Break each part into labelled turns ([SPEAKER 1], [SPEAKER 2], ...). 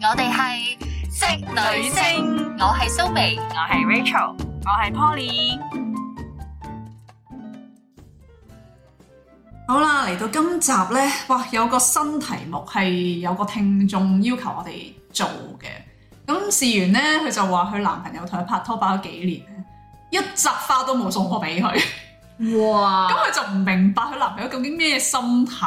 [SPEAKER 1] 我哋係職
[SPEAKER 2] 女聲
[SPEAKER 1] 我係蘇眉，
[SPEAKER 2] 我係 Rachel，我係 Poly。
[SPEAKER 3] 好啦，嚟到今集呢，哇，有個新題目係有個聽眾要求我哋做嘅。咁事緣呢，佢就話佢男朋友同佢拍拖拍咗幾年呢，一扎花都冇送過俾佢。
[SPEAKER 2] 哇！
[SPEAKER 3] 咁佢就唔明白佢男朋友究竟咩心態。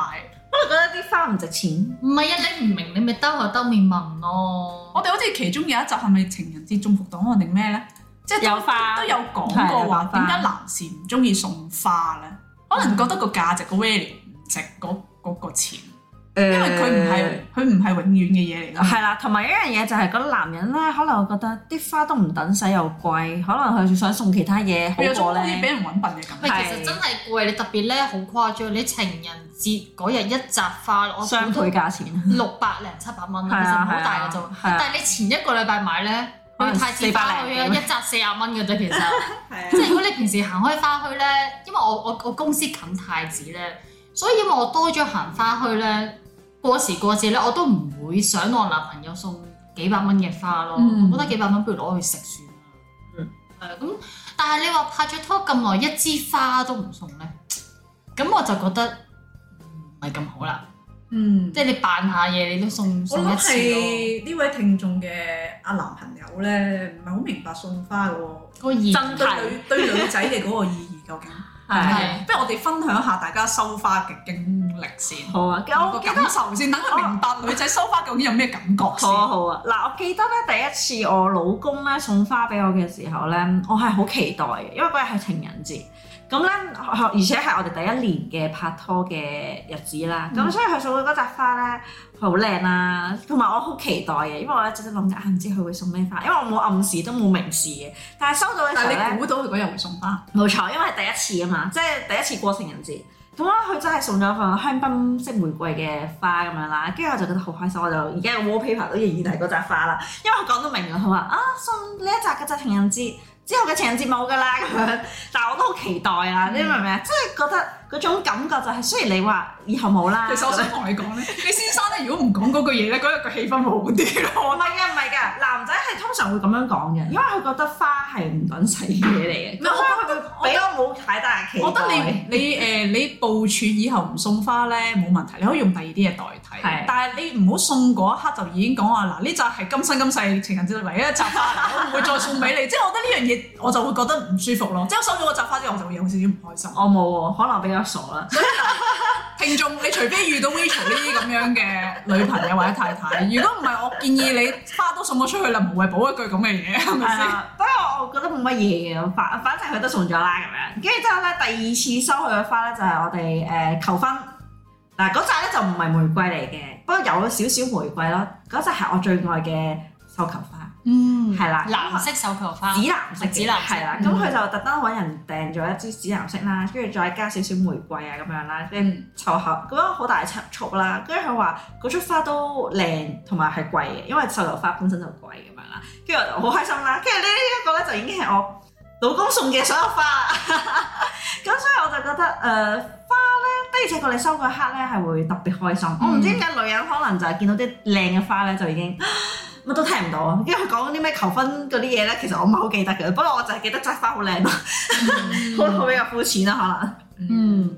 [SPEAKER 2] 我覺得啲花唔值錢。
[SPEAKER 1] 唔係啊，你唔明你咪兜口兜面問咯。
[SPEAKER 2] 哦
[SPEAKER 3] 我哋好似其中有一集係咪情人節祝福檔案定咩呢？即係都
[SPEAKER 2] 有花
[SPEAKER 3] 都有講
[SPEAKER 2] 係有
[SPEAKER 3] 過話
[SPEAKER 2] 花
[SPEAKER 3] 點解男士唔中意送花呢？可能覺得個價值個 value 唔值嗰嗰個錢，
[SPEAKER 2] 因
[SPEAKER 3] 因為佢唔係佢唔係永遠嘅嘢嚟㗎。
[SPEAKER 2] 係啦，同埋一樣嘢就係嗰啲男人咧，可能會覺得啲花都唔等使又貴，可能佢想送其他嘢
[SPEAKER 3] 佢有
[SPEAKER 2] 好
[SPEAKER 3] 種
[SPEAKER 2] 過
[SPEAKER 3] 好似俾
[SPEAKER 2] 咧。
[SPEAKER 3] 人揾笨嘅感
[SPEAKER 1] 喂，
[SPEAKER 3] 覺。
[SPEAKER 1] 其實
[SPEAKER 2] 係
[SPEAKER 1] 真係貴，你特別咧好誇張，你情人節嗰日一扎花，我
[SPEAKER 2] 雙倍價錢，
[SPEAKER 1] 六百零七百蚊啦，
[SPEAKER 2] 係
[SPEAKER 1] 其實唔
[SPEAKER 2] 啊
[SPEAKER 1] 好大嘅啫
[SPEAKER 2] 係啊。係啊
[SPEAKER 1] 但係你前一個禮拜買咧，
[SPEAKER 2] 可
[SPEAKER 1] 去
[SPEAKER 2] 能
[SPEAKER 1] 太子花墟啊，
[SPEAKER 2] 400零
[SPEAKER 1] 一扎四廿蚊嘅啫，其實。
[SPEAKER 2] 係啊
[SPEAKER 1] 即係如果你平時行開花墟咧，因為我我我公司近太子咧，所以因為我多咗行花墟咧，過時過節咧，我都唔會想我男朋友送幾百蚊嘅花咯。
[SPEAKER 3] 嗯
[SPEAKER 1] 我覺得幾百蚊不如攞去食算啦。
[SPEAKER 2] 嗯，
[SPEAKER 1] 係啊咁，但係你話拍咗拖咁耐，一支花都唔送咧，咁我就覺得唔係咁好啦。
[SPEAKER 3] 嗯，
[SPEAKER 1] 即係你扮下嘢，你都送
[SPEAKER 3] 我
[SPEAKER 1] 送一
[SPEAKER 3] 諗
[SPEAKER 1] 次咯。
[SPEAKER 3] 係呢位聽眾嘅阿男朋友咧，唔係好明白送花嗰個
[SPEAKER 1] 個意
[SPEAKER 2] 真係啊
[SPEAKER 3] 對女對女仔嘅嗰個意義究竟。
[SPEAKER 2] 係
[SPEAKER 1] 係
[SPEAKER 3] 不如我哋分享下大家收花嘅經歷先，
[SPEAKER 2] 好啊，
[SPEAKER 3] 個
[SPEAKER 2] 我記得
[SPEAKER 3] 感受先，等佢明白女仔收花究竟有咩感覺先
[SPEAKER 2] 好。啊好啊！嗱，我記得咧第一次我老公咧送花俾我嘅時候咧，我係好期待嘅，因為嗰日係情人節。咁咧，而且係我哋第一年嘅拍拖嘅日子啦。咁、
[SPEAKER 3] 嗯
[SPEAKER 2] 所以佢送嘅嗰扎花咧，好靚啦，同埋我好期待嘅，因為我一直都諗緊啊，唔知佢會送咩花，因為我冇暗示都冇明示嘅。但係收到嘅時候
[SPEAKER 3] 但
[SPEAKER 2] 咧
[SPEAKER 3] 係。你估到佢嗰日會送花，
[SPEAKER 2] 冇錯，因為係第一次啊嘛，即係第一次過情人節。咁咧，佢真係送咗份香檳式玫瑰嘅花咁樣啦，跟住我就覺得好開心，我就而家個 wallpaper 都仍然係嗰扎花啦，因為佢講到明啊，佢話啊送呢一扎嘅就情人節，之後嘅情人節冇噶啦咁樣，但係我都好期待
[SPEAKER 3] 嗯
[SPEAKER 2] 啊，你明唔明啊？即係覺得嗰種感覺就係、雖然你話以後冇啦，
[SPEAKER 3] 其實我想同你講咧，你先生咧如果唔講嗰句嘢咧，嗰日個氣氛會好啲咯。
[SPEAKER 2] 唔係嘅，唔係嘅，男仔係通常會咁樣講嘅，因為佢覺得花係唔等使嘅嘢嚟嘅，
[SPEAKER 3] 唔
[SPEAKER 2] 咁
[SPEAKER 3] 係
[SPEAKER 2] 所以
[SPEAKER 3] 我
[SPEAKER 2] 佢會俾我冇太大期待。
[SPEAKER 3] 我覺得你你誒、呃你部署以後唔送花咧冇問題，你可以用第二啲嘢代替
[SPEAKER 2] 係。
[SPEAKER 3] 但係你唔好送嗰一刻就已經講話嗱，呢扎係今生今世情人節唯一一扎花，嗱我唔會再送俾你。即係我覺得呢樣嘢我就會覺得唔舒服咯。即係我收咗嗰扎花之後，我就會有少少唔開心。
[SPEAKER 2] 我冇喎，可能我比較傻啦。
[SPEAKER 3] 聽眾，你除非遇到 Rachel 呢啲咁樣嘅女朋友或者太太，如果唔係，我建議你花都送咗出去啦，無謂補一句咁嘅嘢， 係
[SPEAKER 2] 係
[SPEAKER 3] 咪先？
[SPEAKER 2] 啊，不過我覺得冇乜嘢嘅，反反正佢都送咗啦咁樣。跟住之後咧，第二次收佢嘅花咧就係我哋誒、呃求婚。嗱嗰扎咧就唔係玫瑰嚟嘅，不過有少少玫瑰咯。嗰扎係我最愛嘅繡球花，
[SPEAKER 1] 嗯
[SPEAKER 2] 係啦，啊
[SPEAKER 1] 藍色手球花，
[SPEAKER 2] 紫藍色嘅，
[SPEAKER 1] 啊紫藍色
[SPEAKER 2] 係啦。
[SPEAKER 1] 嗯
[SPEAKER 2] 咁佢就特登揾人訂咗一支紫藍色啦，跟住再加少少玫瑰啊咁樣啦，跟住湊合咁樣好大插束啦。跟住佢話嗰束花都靚，同埋係貴嘅，因為繡球花本身就貴咁樣啦。跟住我就好開心啦。跟住呢一個咧就已經係我老公送嘅所有花 啦。咁所以我就覺得誒、呃花咧，的而且確你收嗰一刻咧係會特別開
[SPEAKER 1] 嗯
[SPEAKER 2] 心。我唔知點解女人可能就係見到啲靚嘅花咧就 已經。乜都聽唔到啊！因為佢講嗰啲咩求婚嗰啲嘢咧，其實我唔係好記得嘅。不過我就係記得扎花好靚咯，
[SPEAKER 1] 嗯
[SPEAKER 2] 可能比較膚淺啦，
[SPEAKER 1] 嗯，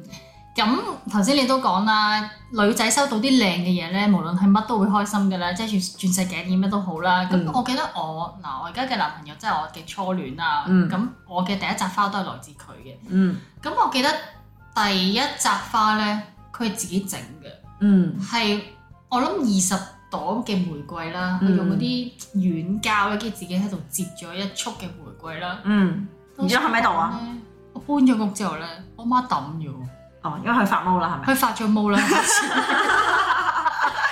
[SPEAKER 1] 咁頭先你都講啦，女仔收到啲靚嘅嘢咧，無論係乜都會開心嘅啦，即係鑽鑽石頸鏈乜都好啦。咁、
[SPEAKER 2] 嗯
[SPEAKER 1] 我記得我嗱，我而家嘅男朋友即係我嘅初戀啦。
[SPEAKER 2] 嗯
[SPEAKER 1] 咁、我嘅第一扎花都係來自佢嘅。
[SPEAKER 2] 可能。嗯
[SPEAKER 1] 咁我記得第一扎花咧，佢係自己整嘅，
[SPEAKER 2] 嗯
[SPEAKER 1] 係我諗二十朵嘅玫瑰啦，佢
[SPEAKER 2] 嗯
[SPEAKER 1] 用嗰啲軟膠咧，跟住自己喺度折咗一束嘅玫瑰啦。
[SPEAKER 2] 嗯，唔知喺咪度啊？
[SPEAKER 1] 我搬咗屋之後咧，我媽抌咗我。
[SPEAKER 2] 哦，因為佢發毛啦，係咪？
[SPEAKER 1] 佢發咗毛啦，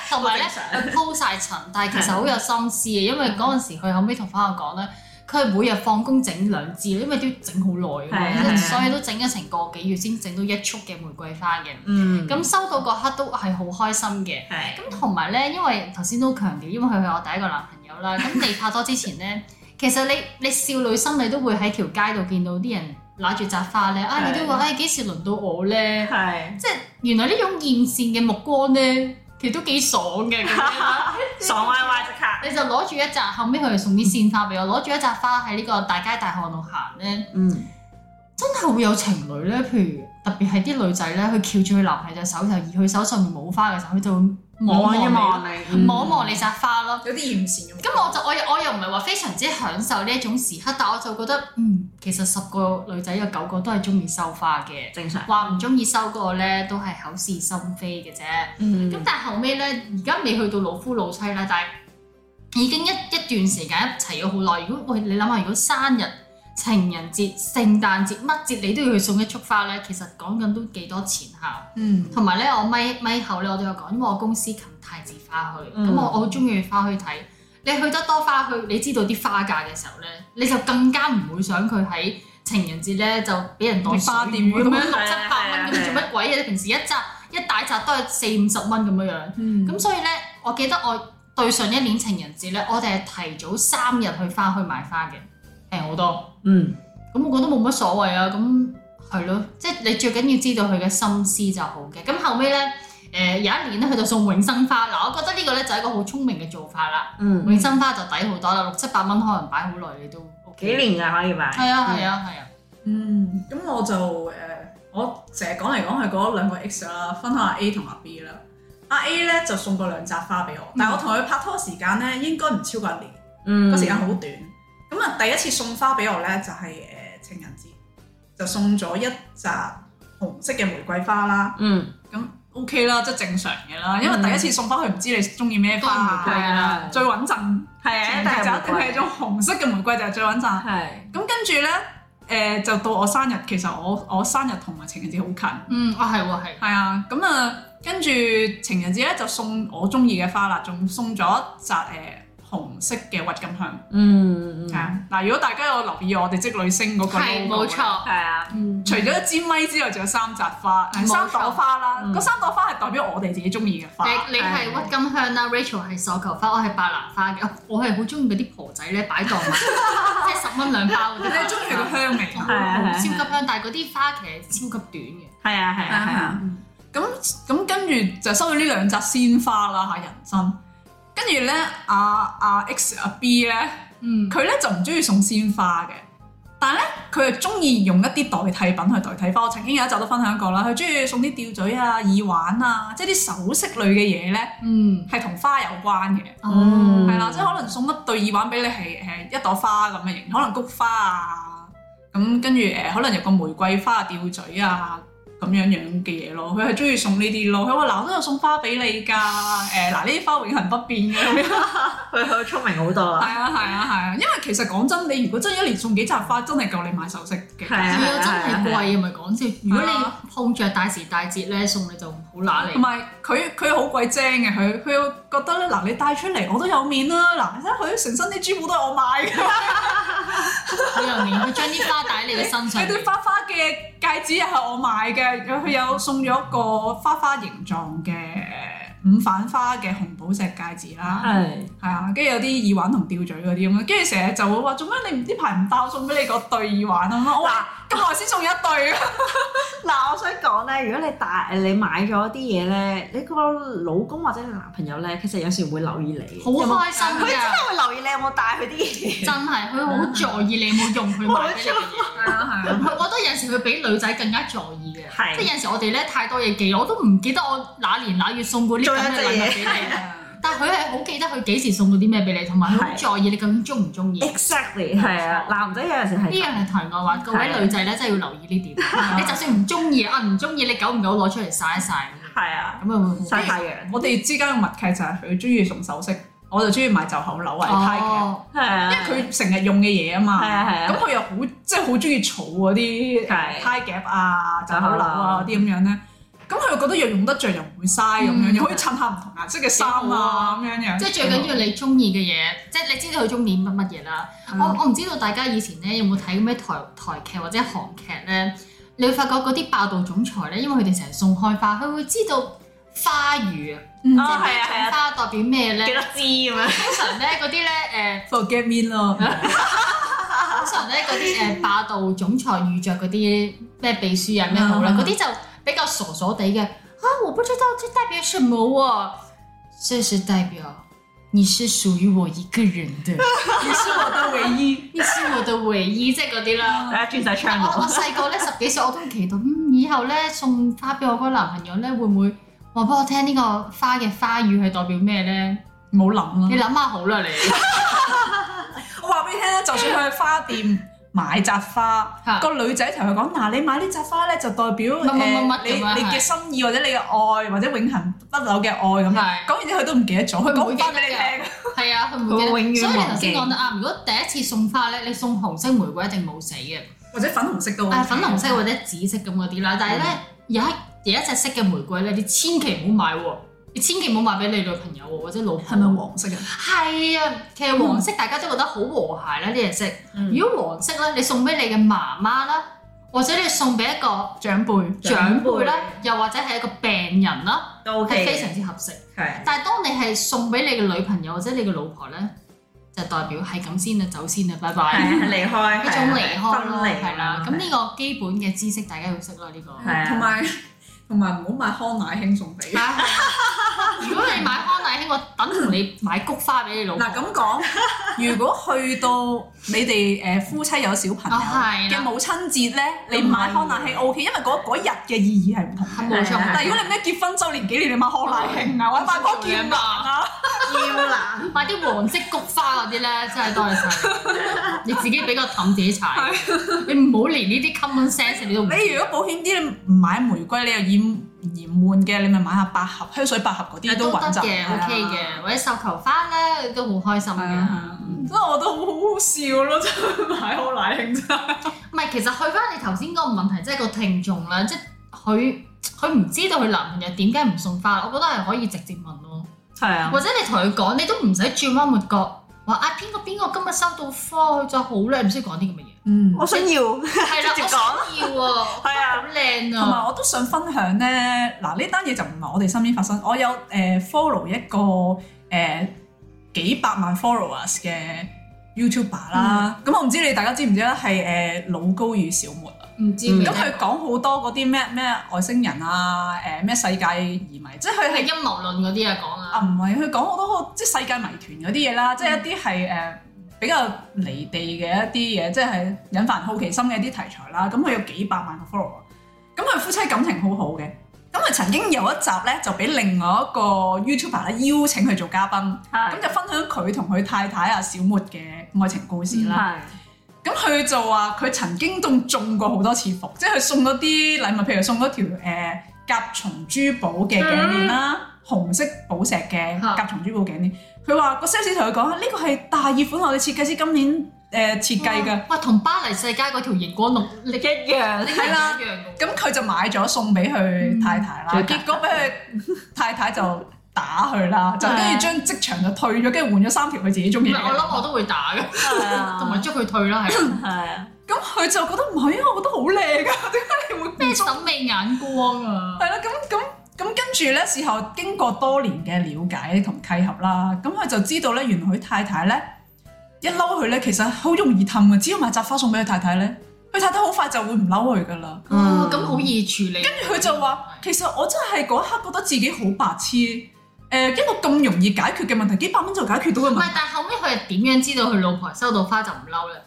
[SPEAKER 1] 同埋咧
[SPEAKER 2] 好正
[SPEAKER 1] 佢鋪晒塵，但係其實好有心思嘅，因為嗰陣時佢後尾同翻我講咧，佢係每日放工整兩支，因為都要整好耐㗎嘛
[SPEAKER 2] 係
[SPEAKER 1] 其實
[SPEAKER 2] 係係
[SPEAKER 1] 所以都整咗成個幾月先整到一束嘅玫瑰花嘅。
[SPEAKER 2] 嗯
[SPEAKER 1] 咁收到嗰刻都係好開心嘅。
[SPEAKER 2] 係
[SPEAKER 1] 咁同埋咧，因為頭先都強調，因為佢係我第一個男朋友 啦。咁你拍拖之前咧，其實你你少女心，你都會喺條街度見到啲人揦住扎花咧，哎啊你都會話，唉幾時輪到我咧？
[SPEAKER 2] 係
[SPEAKER 1] 即係原來呢種豔羨嘅目光咧，其實都幾爽嘅咁樣啦。
[SPEAKER 2] 爽歪歪即刻。
[SPEAKER 1] 你就攞住一扎，後尾佢哋送啲鮮花俾我，攞住一扎花喺呢個大街大巷度行咧，
[SPEAKER 2] 嗯，
[SPEAKER 1] 真係會有情侶咧，譬如特別係啲女仔咧，佢翹住佢男朋友隻手，就而佢手上面冇花嘅時候，佢就會望一望
[SPEAKER 2] 你
[SPEAKER 1] 你，
[SPEAKER 3] 嗯
[SPEAKER 1] 望一望你扎花咯。
[SPEAKER 3] 有啲艷羨咁。
[SPEAKER 1] 咁我就我又我又唔係話非常之享受呢一種時刻，但我就覺得嗯，其實十個女仔有九個都係中意收花嘅，
[SPEAKER 2] 正常。
[SPEAKER 1] 話唔中意收嗰個咧都係口是心非嘅啫。
[SPEAKER 2] 嗯
[SPEAKER 1] 咁但係後尾咧，而家未去到老夫老妻啦，但係已經一一段時間一齊咗好耐。如果喂你諗下，如果生日、情人節、聖誕節乜節你都要去送一束花咧，其實講緊都幾多錢下。
[SPEAKER 3] 嗯，
[SPEAKER 1] 同埋咧，我咪咪後咧，我都有講，因為我公司近太子花墟，咁、
[SPEAKER 2] 嗯
[SPEAKER 1] 我我好中意花墟睇。你去得多花墟，你知道啲花價嘅時候咧，你就更加唔會想佢喺情人節咧就俾人當
[SPEAKER 3] 花店
[SPEAKER 1] 咁樣
[SPEAKER 3] 咁
[SPEAKER 1] 六
[SPEAKER 3] 樣
[SPEAKER 1] 七百蚊咁做乜鬼啊？你平時一扎一大扎都係四五十蚊咁樣樣。咁
[SPEAKER 3] 咁
[SPEAKER 1] 所以咧，我記得我對上一年情人節咧，我哋係提早三日去花墟買花嘅，平好多。
[SPEAKER 2] 嗯，
[SPEAKER 1] 咁我覺得冇乜所謂啊，咁係咯，即係你最緊要知道佢嘅心思就好嘅。咁後尾咧，誒、有一年咧，佢就送永生花嗱，我覺得呢個咧就係一個好聰明嘅做法啦。
[SPEAKER 2] 嗯，
[SPEAKER 1] 永生花就抵好多啦，六七百蚊可能擺好耐你都 O
[SPEAKER 2] 幾
[SPEAKER 1] K。
[SPEAKER 2] 年㗎可以買？
[SPEAKER 1] 係啊係啊係啊，
[SPEAKER 3] 嗯，咁我就誒、我成日講嚟講去嗰兩個 X 啦，分下 A 同阿 B 啦。阿 A 咧就送過兩扎花俾我，但係我同佢拍拖時間咧應該唔超過一年，
[SPEAKER 2] 嗯
[SPEAKER 3] 個、時間好短。咁啊，第一次送花俾我咧就係、誒、情人節，就送咗一扎紅色嘅玫瑰花啦。
[SPEAKER 2] 嗯，
[SPEAKER 3] 咁 OK 啦，即係正常嘅啦，因為
[SPEAKER 2] 嗯
[SPEAKER 3] 第一次送花佢唔知你中意咩花啊，
[SPEAKER 1] 都係玫瑰
[SPEAKER 2] 啊
[SPEAKER 3] 最穩陣
[SPEAKER 2] 係啊，
[SPEAKER 3] 情人
[SPEAKER 2] 但
[SPEAKER 3] 節
[SPEAKER 2] 係
[SPEAKER 3] 就一定係種紅色嘅玫瑰就係最穩陣。
[SPEAKER 2] 係
[SPEAKER 3] 咁跟住咧，誒、就到我生日，其實我我生日同埋情人節好近，
[SPEAKER 1] 嗯，啊係喎係，
[SPEAKER 3] 係啊，咁啊，跟住情人節咧就送我中意嘅花啦，仲送咗一扎誒、紅色嘅鬱金香，
[SPEAKER 2] 嗯
[SPEAKER 3] 係啊，嗱，如果大家有留意我哋積女星嗰個 logo
[SPEAKER 1] 係
[SPEAKER 3] 咧
[SPEAKER 1] 冇。錯，
[SPEAKER 2] 係啊，
[SPEAKER 1] 嗯
[SPEAKER 3] 除咗一支咪之外，仲有三扎花，
[SPEAKER 1] 冇錯
[SPEAKER 3] 三朵花啦。
[SPEAKER 2] 嗯
[SPEAKER 3] 嗰三朵花係代表我哋自己中意嘅花。
[SPEAKER 1] 你你係鬱金香啦，Rachel 係繡球花，我係白蘭花嘅，我係好中意嗰啲婆仔咧擺檔賣，即係十蚊兩包嗰
[SPEAKER 3] 你
[SPEAKER 1] 啲。嗯
[SPEAKER 3] 係中意佢個香味。
[SPEAKER 2] 係啊係啊
[SPEAKER 1] 超級香，但係嗰啲花其實超級短嘅。
[SPEAKER 2] 係啊，係啊，係啊，
[SPEAKER 1] 嗯
[SPEAKER 3] 咁咁跟住就收到呢兩扎鮮花啦嚇人生。跟住咧，阿、阿、X 阿 B 咧，
[SPEAKER 1] 嗯，
[SPEAKER 3] 佢咧就唔中意送鮮花嘅，但係咧佢係中意用一啲代替品去代替花。我曾經有一集都分享過啦，佢中意送啲吊墜啊、耳環啊，即係啲首飾類嘅嘢咧，
[SPEAKER 1] 嗯，
[SPEAKER 3] 係同花有關嘅。
[SPEAKER 1] 哦，
[SPEAKER 2] 嗯
[SPEAKER 3] 係啦，即係可能送一對耳環俾你係誒一朵花咁嘅型，可能菊花啊，咁跟住誒可能有個玫瑰花吊墜啊咁樣樣嘅嘢咯。佢係中意送呢啲咯。佢話嗱，我都有送花俾你㗎，誒嗱呢啲花永恆不變嘅咁樣。
[SPEAKER 2] 佢佢聰明好多
[SPEAKER 3] 係
[SPEAKER 2] 啦，
[SPEAKER 3] 啊係啊係啊，因為其實講真，你如果真係一年送幾扎花，真係夠你買首飾嘅。
[SPEAKER 2] 係啊
[SPEAKER 1] 係啊，真係貴啊，咪講笑。如果
[SPEAKER 3] 係啊
[SPEAKER 1] 你碰着大時大節咧，送你就好揦
[SPEAKER 3] 同
[SPEAKER 1] 你。
[SPEAKER 3] 埋佢佢好鬼精嘅，佢佢又覺得咧嗱，你帶出嚟我都有面啦，嗱你睇佢成身啲珠寶都係我買嘅。
[SPEAKER 1] 佢又連佢將啲花戴喺你嘅身上
[SPEAKER 3] 佢，對花花嘅戒指又係我買嘅，佢有送咗一個花花形狀嘅五反花嘅紅寶石戒指啦，
[SPEAKER 2] 係
[SPEAKER 3] 係啊，跟住有啲耳環同吊墜嗰啲咁樣，跟住成日就會話做咩你唔知排唔到送俾你嗰對耳環啊嘛，我
[SPEAKER 2] 嗱
[SPEAKER 3] 話。咁耐先送一對啊，
[SPEAKER 2] 嗱，我想講咧，如果你大你買咗啲嘢咧，你個老公或者你男朋友咧，其實有時會留意你，
[SPEAKER 1] 好
[SPEAKER 2] 有冇
[SPEAKER 1] 開心
[SPEAKER 2] 佢真
[SPEAKER 1] 㗎，
[SPEAKER 2] 係會留意你有冇帶佢啲嘢。
[SPEAKER 1] 真係佢好在意你有冇用佢買俾你嘅嘢。
[SPEAKER 3] 係啊係
[SPEAKER 1] 佢我覺得有時佢比女仔更加在意嘅，
[SPEAKER 2] 係
[SPEAKER 1] 即係有時我哋咧太多嘢記，我都唔記得我哪年哪月送過呢咁嘅禮物俾你。但係佢係好記得佢幾時送過啲咩俾你，同埋佢好在意你究竟中唔中意。呢
[SPEAKER 2] Exactly，係啊，男仔有陣時係
[SPEAKER 1] 樣係題外話，各位女仔咧真係要留意呢點。你就算唔中意啊，唔中意你久唔久攞出嚟晒一晒
[SPEAKER 2] 係啊，
[SPEAKER 1] 咁啊會
[SPEAKER 2] 曬太陽
[SPEAKER 3] 我哋之間嘅默契就係佢中意送首飾，我就中意買袖口紐啊、呔嘅，
[SPEAKER 1] 哦，
[SPEAKER 2] 係啊，
[SPEAKER 3] 因為佢成日用嘅嘢啊嘛。
[SPEAKER 2] 係啊係啊
[SPEAKER 3] 咁。佢又好即係好中意儲嗰啲誒
[SPEAKER 2] 係
[SPEAKER 3] tie 夾啊、袖口紐啊嗰啲咁樣咧。咁佢又覺得又用得着，又唔會嘥咁樣，
[SPEAKER 1] 嗯
[SPEAKER 3] 又可以襯下唔同顏色嘅衫
[SPEAKER 1] 幾好啊
[SPEAKER 3] 啊咁樣樣。
[SPEAKER 1] 即係最緊要你中意嘅嘢，即係你知道佢中意乜乜嘢啦。
[SPEAKER 3] 嗯
[SPEAKER 1] 我我唔知道大家以前咧有冇睇咩台台劇或者韓劇咧，你會發覺嗰啲霸道總裁咧，因為佢哋成日送開花，佢會知道花語啊，
[SPEAKER 3] 嗯
[SPEAKER 2] 哦，係啊，係啊，
[SPEAKER 1] 花代表咩
[SPEAKER 2] 幾
[SPEAKER 1] 咧？
[SPEAKER 2] 多支咁樣？
[SPEAKER 1] 通常咧嗰啲咧誒。
[SPEAKER 3] forget me 咯，
[SPEAKER 1] 通常咧嗰
[SPEAKER 3] 嗯
[SPEAKER 1] 啲誒霸道總裁遇着嗰啲咩秘書啊咩好啦，
[SPEAKER 3] 嗯
[SPEAKER 1] 嗰啲就比較傻傻地嘅。啊，我不知道這代表什麼喎、这是代表你是属于我一個人 的，
[SPEAKER 3] 你是我的唯一。
[SPEAKER 1] 你是我的唯一，即係嗰啲啦。
[SPEAKER 2] 大家啊轉晒
[SPEAKER 3] 嗯
[SPEAKER 2] 窗
[SPEAKER 1] 我我
[SPEAKER 2] 我。
[SPEAKER 1] 細個咧十幾歲，我都期待，嗯，以後咧送花俾我嗰個男朋友咧，會唔會話俾我聽呢個花嘅花語係代表咩咧？
[SPEAKER 3] 冇諗
[SPEAKER 1] 你
[SPEAKER 3] 啦。
[SPEAKER 1] 諗下好 啦，你
[SPEAKER 3] 我話俾你聽咧，就算佢去花店買扎花
[SPEAKER 1] 嚇，
[SPEAKER 3] 個女仔同佢講：嗱，你買呢扎花咧，就代表
[SPEAKER 1] 乜乜乜乜
[SPEAKER 3] 誒你
[SPEAKER 1] 咁樣
[SPEAKER 3] 你嘅心意，或者你嘅愛，或者永恆不朽嘅愛咁
[SPEAKER 1] 係
[SPEAKER 3] 樣。講完之後佢都唔記得咗，佢
[SPEAKER 1] 佢唔會
[SPEAKER 3] 講
[SPEAKER 1] 記得
[SPEAKER 3] 翻俾你
[SPEAKER 1] 嘅
[SPEAKER 3] 聽。
[SPEAKER 1] 係啊，佢唔
[SPEAKER 2] 佢
[SPEAKER 1] 會
[SPEAKER 2] 永
[SPEAKER 1] 記
[SPEAKER 2] 遠
[SPEAKER 1] 得。所以你頭
[SPEAKER 2] 忘記
[SPEAKER 1] 先講得啱，如果第一次送花咧，你送紅色玫瑰一定冇死嘅，
[SPEAKER 3] 或者粉紅色都
[SPEAKER 1] 啊粉紅色或者紫色咁嗰啲啦。但係咧有一有一隻色嘅玫瑰咧，你千祈唔好買喎，你千祈唔好買俾你女朋友喎或者老婆。
[SPEAKER 3] 係咪黃色啊？
[SPEAKER 1] 係啊，其實黃色大家都覺得好和諧啦，呢隻色。如果黃色咧，你送俾你嘅媽媽啦，或者你送俾一個
[SPEAKER 3] 長輩
[SPEAKER 1] 長輩啦，又或者係一個病人啦，係
[SPEAKER 2] 都 OK
[SPEAKER 1] 非
[SPEAKER 2] 嘅
[SPEAKER 1] 常之合適。
[SPEAKER 2] 係
[SPEAKER 1] 但係當你係送俾你嘅女朋友或者你嘅老婆咧，就代表係咁先啦，走先啦，拜
[SPEAKER 2] 係
[SPEAKER 1] 拜。
[SPEAKER 2] 係離開，
[SPEAKER 1] 一
[SPEAKER 2] 係
[SPEAKER 1] 種離開咯，
[SPEAKER 2] 分離
[SPEAKER 1] 係啦。咁呢個基本嘅知識大家要識啦，呢個。
[SPEAKER 2] 係啊
[SPEAKER 3] 同埋同埋唔好買康乃馨送俾。
[SPEAKER 1] 啊如果你買康乃馨，我等同你買菊花俾你老婆。
[SPEAKER 3] 嗱咁 講，如果去到你哋誒夫妻有小朋友
[SPEAKER 1] 啊係啦嗯
[SPEAKER 3] 嘅母親節咧，你買康乃馨 O K，因為嗰嗰日嘅意義係唔同
[SPEAKER 1] 係
[SPEAKER 3] 嘅。
[SPEAKER 1] 冇錯。
[SPEAKER 2] 係
[SPEAKER 3] 但係如果你咩結婚週年紀念，你買康乃 馨啊，或者買棵劍蘭啊，
[SPEAKER 2] 要啦，
[SPEAKER 1] 買啲黃色菊花嗰啲咧，真係多謝晒你。你自己俾個氹自己踩，你唔好連呢啲 common sense 你都唔。
[SPEAKER 3] 你如果保險啲，你唔買玫瑰，你又嫌嫌悶嘅，你咪買下百合、香水百合嗰啲
[SPEAKER 1] 都得
[SPEAKER 3] 穩陣啊
[SPEAKER 1] 嘅，OK。嘅，或者繡球花咧都好開心
[SPEAKER 3] 係啊係
[SPEAKER 1] 嘅。
[SPEAKER 3] 啊，所以 我覺得好好笑咯，真係買康乃馨真係。
[SPEAKER 1] 唔係，其實去翻你頭先嗰個問題，即係個聽眾啦，即係佢佢唔知道佢男朋友點解唔送花，我覺得係可以直接問咯，
[SPEAKER 2] 係
[SPEAKER 3] 嗯
[SPEAKER 2] 啊，
[SPEAKER 1] 或者你同佢講，你都唔使轉彎抹角，話啊邊個邊個今日收到花，佢就好靚，唔需要講啲咁嘅 嘢。
[SPEAKER 3] 嗯
[SPEAKER 2] 我想要，
[SPEAKER 1] 係啦，
[SPEAKER 2] 直接
[SPEAKER 1] 我
[SPEAKER 2] 講
[SPEAKER 1] 想要啊，
[SPEAKER 2] 係啊
[SPEAKER 1] 好靚
[SPEAKER 3] 同埋
[SPEAKER 1] 啊，
[SPEAKER 3] 我都想分享咧，嗱呢單嘢就唔係我哋身邊發生，我有誒、呃 follow 一個誒、呃、幾百萬 followers 嘅 YouTuber 啦，咁、我唔知你大家知唔知咧，係誒、呃老高與小沫啊，
[SPEAKER 1] 唔知
[SPEAKER 2] 嗯
[SPEAKER 1] 咩
[SPEAKER 3] 咁佢講好多嗰啲咩咩外星人啊，誒、咩世界移民，即係佢係
[SPEAKER 1] 係陰謀論嗰啲啊講
[SPEAKER 3] 啊，
[SPEAKER 1] 啊，
[SPEAKER 3] 唔係，佢講好多個即係世界謎團嗰啲嘢啦，即係一啲係誒比較離地嘅一啲嘢，即係引發人好奇心嘅一啲題材啦。咁佢有幾百萬個 follower，咁佢夫妻感情好好嘅。咁佢曾經有一集咧，就俾另外一個 YouTuber 咧邀請佢做嘉賓，咁
[SPEAKER 2] 係啊
[SPEAKER 3] 就分享佢同佢太太啊小沫嘅愛情故事啦。
[SPEAKER 2] 係
[SPEAKER 3] 咁佢就話佢曾經仲中過好多次伏，即係佢送咗啲禮物，譬如送咗條誒、呃甲蟲珠寶嘅頸鏈啦，紅色寶石嘅
[SPEAKER 1] 嗯嚇
[SPEAKER 3] 甲蟲珠寶頸鏈。佢話個 sales 同佢講：呢個係大熱款，我哋設計師今年誒、呃、設計㗎。
[SPEAKER 1] 哇，同巴黎世家嗰條熒光綠
[SPEAKER 2] 一樣，
[SPEAKER 1] 係
[SPEAKER 3] 啦
[SPEAKER 1] 一樣嘅喎。
[SPEAKER 3] 咁佢就買咗送俾佢太太啦，
[SPEAKER 2] 嗯
[SPEAKER 3] 結果俾佢太太就打 佢啦，就跟住將職場就退咗，跟住換咗三條佢自己中
[SPEAKER 1] 唔
[SPEAKER 3] 意嘅
[SPEAKER 1] 係，我
[SPEAKER 3] 人。
[SPEAKER 1] 諗我都會打嘅，
[SPEAKER 2] 係啊，
[SPEAKER 1] 同埋捉佢退啦， 係
[SPEAKER 2] 係啊，
[SPEAKER 3] 咁佢就覺得唔係啊，我覺得好靚啊，點解你會
[SPEAKER 1] 咩審美眼光啊？
[SPEAKER 3] 係啦，咁咁咁跟住咧，事後經過多年嘅了解同契合啦，咁佢就知道咧，原來佢太太咧一嬲佢咧，其實好容易氹啊嘅，只要買扎花送俾佢太太咧，佢太太好快就會唔嬲佢噶啦。
[SPEAKER 2] 嗯
[SPEAKER 1] 哦，咁好易處理。
[SPEAKER 3] 跟住佢就話：其實我真係嗰一刻覺得自己好白痴，誒、一個咁容易解決嘅問題，幾百蚊就解決到嘅
[SPEAKER 1] 唔
[SPEAKER 3] 問題
[SPEAKER 1] 係，。但係後尾佢係點樣知道佢老婆收到花就唔嬲咧？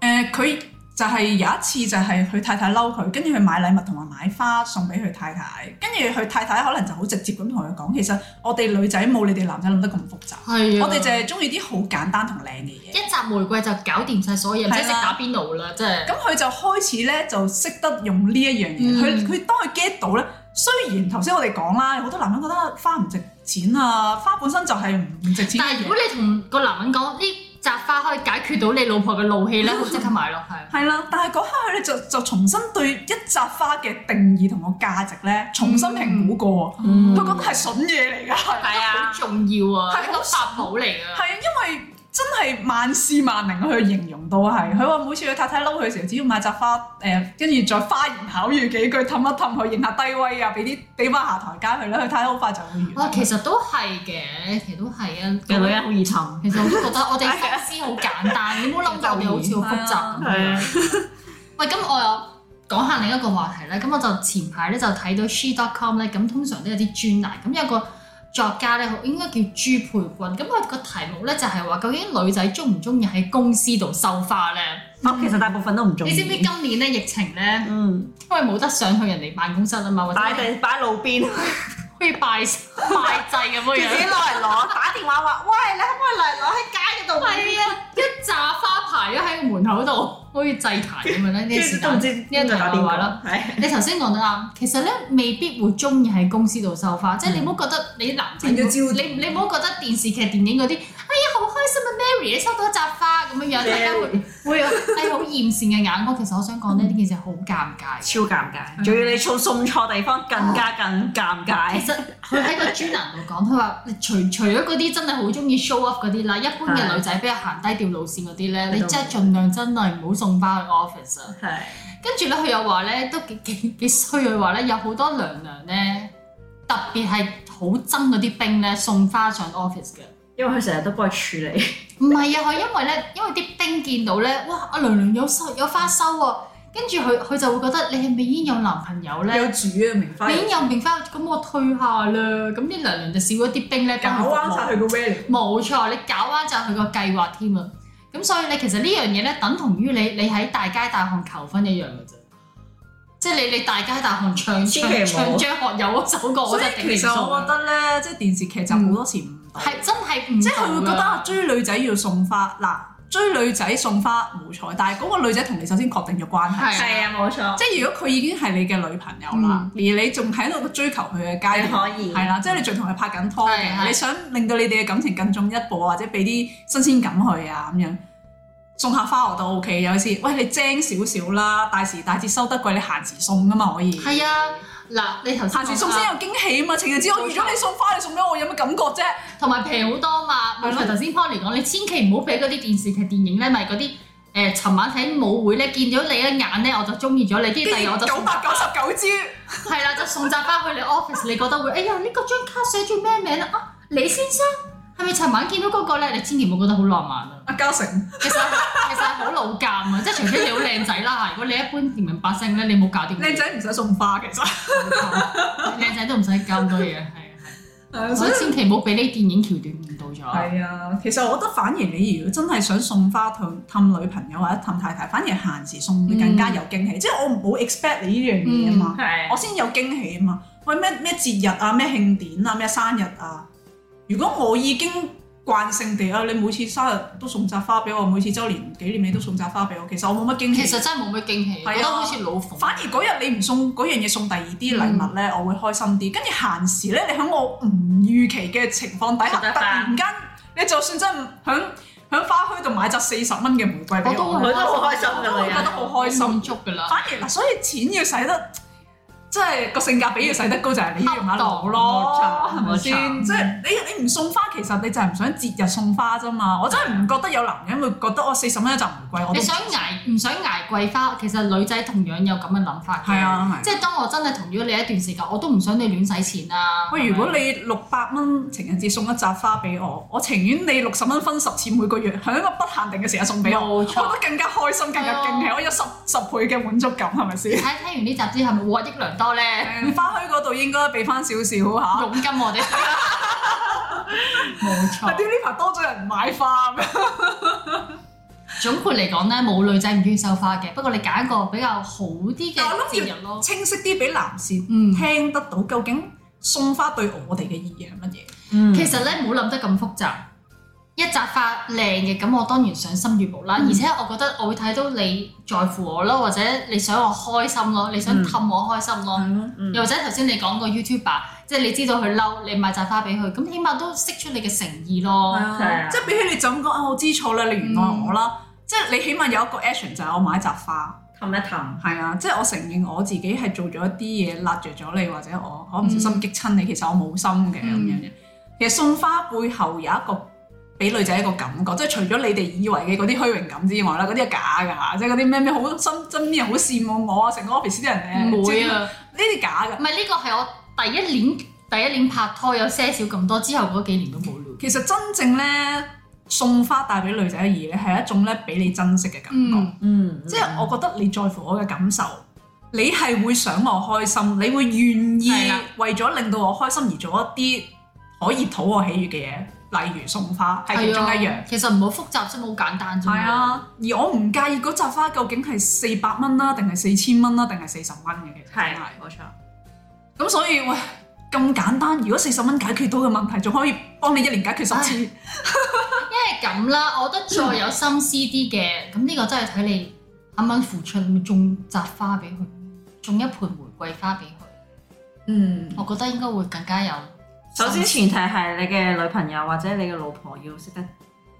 [SPEAKER 3] 誒佢、就係有一次就係佢太太嬲佢，跟住佢買禮物同埋買花送俾佢太太，跟住佢太太可能就好直接咁同佢講，其實我哋女仔冇你哋男仔諗得咁複雜，
[SPEAKER 1] 係啊
[SPEAKER 3] 我哋就係中意啲好簡單同靚嘅嘢。
[SPEAKER 1] 一扎玫瑰就搞掂晒所有嘢，唔使食
[SPEAKER 3] 係啦
[SPEAKER 1] 打邊爐啦，真係。
[SPEAKER 3] 咁佢就開始咧就識得用呢一樣嘢，
[SPEAKER 1] 嗯
[SPEAKER 3] 佢佢、當佢 get 到咧，雖然頭先我哋講啦，好多男人覺得花唔值錢啊，花本身就係唔值錢
[SPEAKER 1] 但係
[SPEAKER 3] 嘅
[SPEAKER 1] 如
[SPEAKER 3] 嘢
[SPEAKER 1] 果。你同個男人講呢扎花可以解決到你老婆嘅怒 氣咧，佢即刻買落係。
[SPEAKER 3] 係啦，但係嗰刻佢咧就就重新對一扎花嘅定義同個價值咧重新評估過。
[SPEAKER 1] 嗯
[SPEAKER 3] 佢覺得係筍嘢嚟㗎，係
[SPEAKER 1] 係啊，好重要啊，
[SPEAKER 3] 係
[SPEAKER 1] 一個法寶嚟㗎。
[SPEAKER 3] 係啊因為真係萬事萬靈，佢形容到係，佢話每次佢太太嬲佢嘅時候，只要買扎花，誒跟住再花言巧語幾句氹一氹佢，認下低威啊，俾啲俾翻下台階佢啦，佢太太好快就會
[SPEAKER 1] 哦
[SPEAKER 3] 完，。
[SPEAKER 1] 其實都係嘅，其實都係啊。
[SPEAKER 2] 嘅女人好易氹，
[SPEAKER 1] 其實我都 覺得我哋心思好簡單，你冇諗到我哋好似好複雜咁
[SPEAKER 2] 啊係
[SPEAKER 1] 樣
[SPEAKER 2] 啊。
[SPEAKER 1] 喂，咁我又講下另一個話題咧。咁我就前排咧就睇到 she.com 咧，咁通常都有啲專欄，咁有個作家咧，應該叫朱佩君。咁佢個題目咧就係話，究竟女仔中唔中意喺公司度繡花咧？
[SPEAKER 2] 我哦其實大部分都唔中
[SPEAKER 1] 你
[SPEAKER 2] 意。
[SPEAKER 1] 知唔知今年咧疫情咧，
[SPEAKER 2] 嗯，
[SPEAKER 1] 因為冇得上去人哋辦公室啊嘛，或者
[SPEAKER 2] 擺地擺路邊，
[SPEAKER 1] 可以拜拜祭咁
[SPEAKER 2] 自己
[SPEAKER 1] 樣
[SPEAKER 2] 攞
[SPEAKER 1] 樣。
[SPEAKER 2] 嚟攞，打電話話：喂，你可唔可以嚟攞喺街嗰度？
[SPEAKER 1] 係啊，一扎花排咗喺個門口度，好似祭壇咁樣咧。呢
[SPEAKER 2] 跟
[SPEAKER 1] 啲
[SPEAKER 2] 住
[SPEAKER 1] 時
[SPEAKER 2] 都
[SPEAKER 1] 間
[SPEAKER 2] 唔知
[SPEAKER 1] 呢一題
[SPEAKER 2] 打
[SPEAKER 1] 外
[SPEAKER 2] 邊
[SPEAKER 1] 話
[SPEAKER 2] 個
[SPEAKER 1] 啦。。
[SPEAKER 2] 係
[SPEAKER 1] 你頭先講得啱，其實咧未必會中意喺公司度繡花，即
[SPEAKER 2] 嗯
[SPEAKER 1] 係你唔好覺得你男仔，你
[SPEAKER 3] 變咗焦
[SPEAKER 1] 你唔好覺得電視劇、電影嗰啲，哎呀好開心啊，Mary 你收到一扎花咁樣樣，大家會會哎好厭善嘅眼光。其實我想講呢呢件事好尷尬。
[SPEAKER 2] 超尷尬，仲要你送送錯地方，更加更尷
[SPEAKER 1] 其
[SPEAKER 2] 尬。
[SPEAKER 1] 實佢喺個專欄度講，佢話除除咗嗰啲真係好中意 show off 嗰啲啦，一般嘅女仔比較行低調路線嗰啲咧，你真係盡量真係唔好送花去 office 啊。
[SPEAKER 2] 係
[SPEAKER 1] 跟住咧，佢又話咧，都幾幾幾衰。佢話咧，有好多娘娘咧，特別係好憎嗰啲兵咧，送花上 office 嘅。
[SPEAKER 2] 因為佢成日都幫佢處理。
[SPEAKER 1] 唔係啊，佢因為咧，因為啲兵見到咧，哇！阿娘娘有收有花收喎、跟住佢佢就會覺得你係咪已經有男朋友
[SPEAKER 3] 有
[SPEAKER 1] 咧？
[SPEAKER 3] 主啊，明花
[SPEAKER 1] 你已經有棉花，咁我退下啦。咁啲娘娘就少咗啲兵咧，
[SPEAKER 3] 搞
[SPEAKER 1] 幫佢服務
[SPEAKER 3] 彎晒佢個 value。
[SPEAKER 1] 冇錯，你搞彎就係佢個計劃添啊！咁所以你其實呢樣嘢咧，等同於你你喺大街大巷求婚一樣嘅啫，即係你你大街大巷唱唱
[SPEAKER 2] 千祈唔好
[SPEAKER 1] 唱張學友嗰首歌，我
[SPEAKER 3] 所以
[SPEAKER 1] 真係頂你
[SPEAKER 3] 其
[SPEAKER 1] 唔
[SPEAKER 3] 實我覺
[SPEAKER 1] 順啊。嗯
[SPEAKER 3] 得咧，即係電視劇就好多時唔到
[SPEAKER 1] 係真係唔
[SPEAKER 3] 即係佢會覺得啊
[SPEAKER 1] 到㗎
[SPEAKER 3] 追女仔要送花，嗱追女仔送花冇錯，但係嗰個女仔同你首先確定咗關係，
[SPEAKER 1] 係
[SPEAKER 2] 係啊，冇錯，
[SPEAKER 3] 即係如果佢已經係你嘅女朋友
[SPEAKER 1] 嗯
[SPEAKER 3] 啦，而你仲喺度追求佢嘅階
[SPEAKER 2] 你
[SPEAKER 3] 段，
[SPEAKER 2] 可以
[SPEAKER 3] 係啦，即係你仲同佢拍緊拖
[SPEAKER 1] 啊係係
[SPEAKER 3] 嘅，你想令到你哋嘅感情更進一步，或者俾啲新鮮感佢啊咁樣。送下花我都 OK，有時喂你精少少啦，大時大節收得貴，你閒時送噶嘛可以。
[SPEAKER 1] 係啊！嗱，你頭先
[SPEAKER 3] 閒時送先有驚喜啊嘛，情人節我預咗你送花，你送俾我有乜感覺啫？
[SPEAKER 1] 同埋平好多嘛。
[SPEAKER 3] 係
[SPEAKER 1] 冇
[SPEAKER 3] 咯
[SPEAKER 1] 錯，頭先 Polly 講，你千祈唔好俾嗰啲電視劇、電影咧，咪嗰啲誒，尋晚睇舞會咧，見到你一眼咧，我就中意咗你，跟住第二日我就
[SPEAKER 3] 九
[SPEAKER 1] 送
[SPEAKER 3] 百九十九支。
[SPEAKER 1] 係啦，就送扎花去你 office，你覺得會，哎呀呢、個張卡寫住咩名啊？啊，李先生係咪尋晚見到嗰個咧？你千祈唔好覺得好浪漫啊！
[SPEAKER 3] 阿嘉誠，
[SPEAKER 1] 其實其實係 好老尷啊，即係除非你好靚仔啦，如果你一般平民百姓咧，你冇搞掂
[SPEAKER 3] 靚仔唔使送花其實，
[SPEAKER 1] 靚仔都唔使搞咁多嘢，係啊係啊，所
[SPEAKER 3] 所
[SPEAKER 1] 以
[SPEAKER 3] 以
[SPEAKER 1] 千祈唔好俾呢啲電影橋段誤導咗。
[SPEAKER 3] 係啊，其實我覺得反而你如果真係想送花氹氹女朋友或者氹太太，反而閒時送會更加有驚喜，即係我唔好 expect 你呢樣嘢啊嘛，
[SPEAKER 2] 係
[SPEAKER 3] 我先有驚喜啊嘛。喂咩咩節日啊，咩慶典啊，咩生日啊，如果我已經慣性地啊，你每次生日都送扎花俾我，每次周年紀念你都送扎花俾我，其實我冇乜驚喜。
[SPEAKER 1] 其實真係冇咩驚喜，
[SPEAKER 3] 係啊
[SPEAKER 1] 覺得好似老馮。
[SPEAKER 3] 反而嗰日你唔送嗰樣嘢，送第二
[SPEAKER 1] 嗯
[SPEAKER 3] 啲禮物咧，我會開心啲。跟住閒時咧，你喺我唔預期嘅情況底下，
[SPEAKER 2] 食得飯
[SPEAKER 3] 突然間你就算真係喺喺花墟度買扎四十蚊嘅玫瑰俾
[SPEAKER 1] 我都
[SPEAKER 3] 我，
[SPEAKER 1] 會
[SPEAKER 2] 佢都好開心㗎
[SPEAKER 3] 我
[SPEAKER 2] 啦
[SPEAKER 3] 會覺得好開心。
[SPEAKER 1] 滿足㗎啦。
[SPEAKER 3] 反而嗱，所以錢要使得，即係個性價比要使得高，就係你要用下腦咯，
[SPEAKER 1] 恰
[SPEAKER 3] 係
[SPEAKER 1] 當
[SPEAKER 3] 咪
[SPEAKER 1] 冇錯
[SPEAKER 3] 先？即係你你唔送花，其實你就係唔想節日送花啫嘛。我真係唔覺得有男人會覺得我四十蚊一扎玫瑰，我都
[SPEAKER 1] 你
[SPEAKER 3] 唔
[SPEAKER 1] 想捱唔想捱貴花？其實女仔同樣有咁嘅諗法嘅。
[SPEAKER 3] 係啊係啊
[SPEAKER 1] 即係當我真係同咗你一段時間，我都唔想你亂使錢啊。
[SPEAKER 3] 喂，如果你六百蚊情人節送一扎花俾我，我情願你六十蚊分十次每個月，喺一個不限定嘅時間送俾我，我
[SPEAKER 1] 冇
[SPEAKER 3] 覺
[SPEAKER 1] 錯
[SPEAKER 3] 得更加開心，更加驚喜，我有十十倍嘅滿足感，係咪
[SPEAKER 1] 你
[SPEAKER 3] 先？
[SPEAKER 1] 睇聽完呢集之後，係咪獲益良多咧？
[SPEAKER 3] 誒啊花墟嗰度應該俾翻少少嚇，
[SPEAKER 1] 佣金 我哋冇
[SPEAKER 3] 但
[SPEAKER 1] 錯。
[SPEAKER 3] 點呢排多咗人買花咩？
[SPEAKER 1] 總括嚟講咧，冇女仔唔中意收花嘅，不過你揀一個比較好啲嘅
[SPEAKER 3] 但我諗
[SPEAKER 1] 節日咯。
[SPEAKER 3] 清晰啲俾男士
[SPEAKER 1] 嗯，
[SPEAKER 3] 聽得到，究竟送花對我哋嘅意義係乜嘢？
[SPEAKER 2] 嗯
[SPEAKER 1] 其實咧冇諗得咁複雜，一扎花靚嘅，咁我當然賞心悅目啦。
[SPEAKER 3] 嗯
[SPEAKER 1] 而且我覺得我會睇到你在乎我咯，或者你想我開心咯，你想
[SPEAKER 2] 嗯
[SPEAKER 1] 氹我開心咯。
[SPEAKER 3] 係咯，
[SPEAKER 1] 又或者頭先你講個 YouTuber，即係你知道佢嬲，你買扎花俾佢，咁起碼都釋出你嘅誠意
[SPEAKER 3] 哦
[SPEAKER 1] 咯。
[SPEAKER 2] 係啊
[SPEAKER 3] 即係比起你就咁講啊，我知錯啦，你原諒我啦，即係你起碼有一個 action 就係我買扎花。
[SPEAKER 2] 氹一氹，
[SPEAKER 3] 係啊，即係我承認我自己係做咗一啲嘢辣着咗你，或者我我唔小心激親你，其實我冇心嘅
[SPEAKER 1] 嗯
[SPEAKER 3] 咁樣嘅。其實送花背後有一個俾女仔一個感覺，即係除咗你哋以為嘅嗰啲虛榮感之外啦，嗰啲係假㗎嚇，即係嗰啲咩咩好心真啲人好羨慕我啊，成個 office 啲人誒
[SPEAKER 1] 唔會，啊，
[SPEAKER 3] 呢啲假㗎。
[SPEAKER 1] 唔係呢個係我第一年第一年拍拖有些少咁多，之後嗰幾年都冇
[SPEAKER 2] 嗯
[SPEAKER 1] 啦。
[SPEAKER 3] 其實真正咧送花帶俾女仔嘅意義咧，係一種咧俾你珍惜嘅感覺。
[SPEAKER 1] 嗯，
[SPEAKER 2] 嗯，
[SPEAKER 3] 即係我覺得你在乎我嘅感受，你係會想我開心，你會願意
[SPEAKER 1] 係啦
[SPEAKER 3] 為咗令到我開心而做一啲可以討我喜悅嘅嘢，例如送花係其中一樣。
[SPEAKER 1] 啊，其實唔好複雜啫，好簡單啫。
[SPEAKER 3] 係，啊，而我唔介意嗰扎花究竟係四百蚊啦，定係四千蚊啦，定係四十蚊嘅，其實
[SPEAKER 2] 係
[SPEAKER 3] 真係。
[SPEAKER 2] 冇錯。
[SPEAKER 3] 咁所以喂咁簡單，如果四十蚊解決到嘅問題，仲可以幫你一年解決十次。
[SPEAKER 1] 因為咁啦，我覺得再有心思啲嘅， 咁呢個真係睇你肯唔肯付出，咪種扎花俾佢，種一盆玫瑰花俾佢，
[SPEAKER 3] 嗯，
[SPEAKER 1] 我覺得應該會更加有。
[SPEAKER 2] 首先前提係你嘅女朋友或者你嘅老婆要識得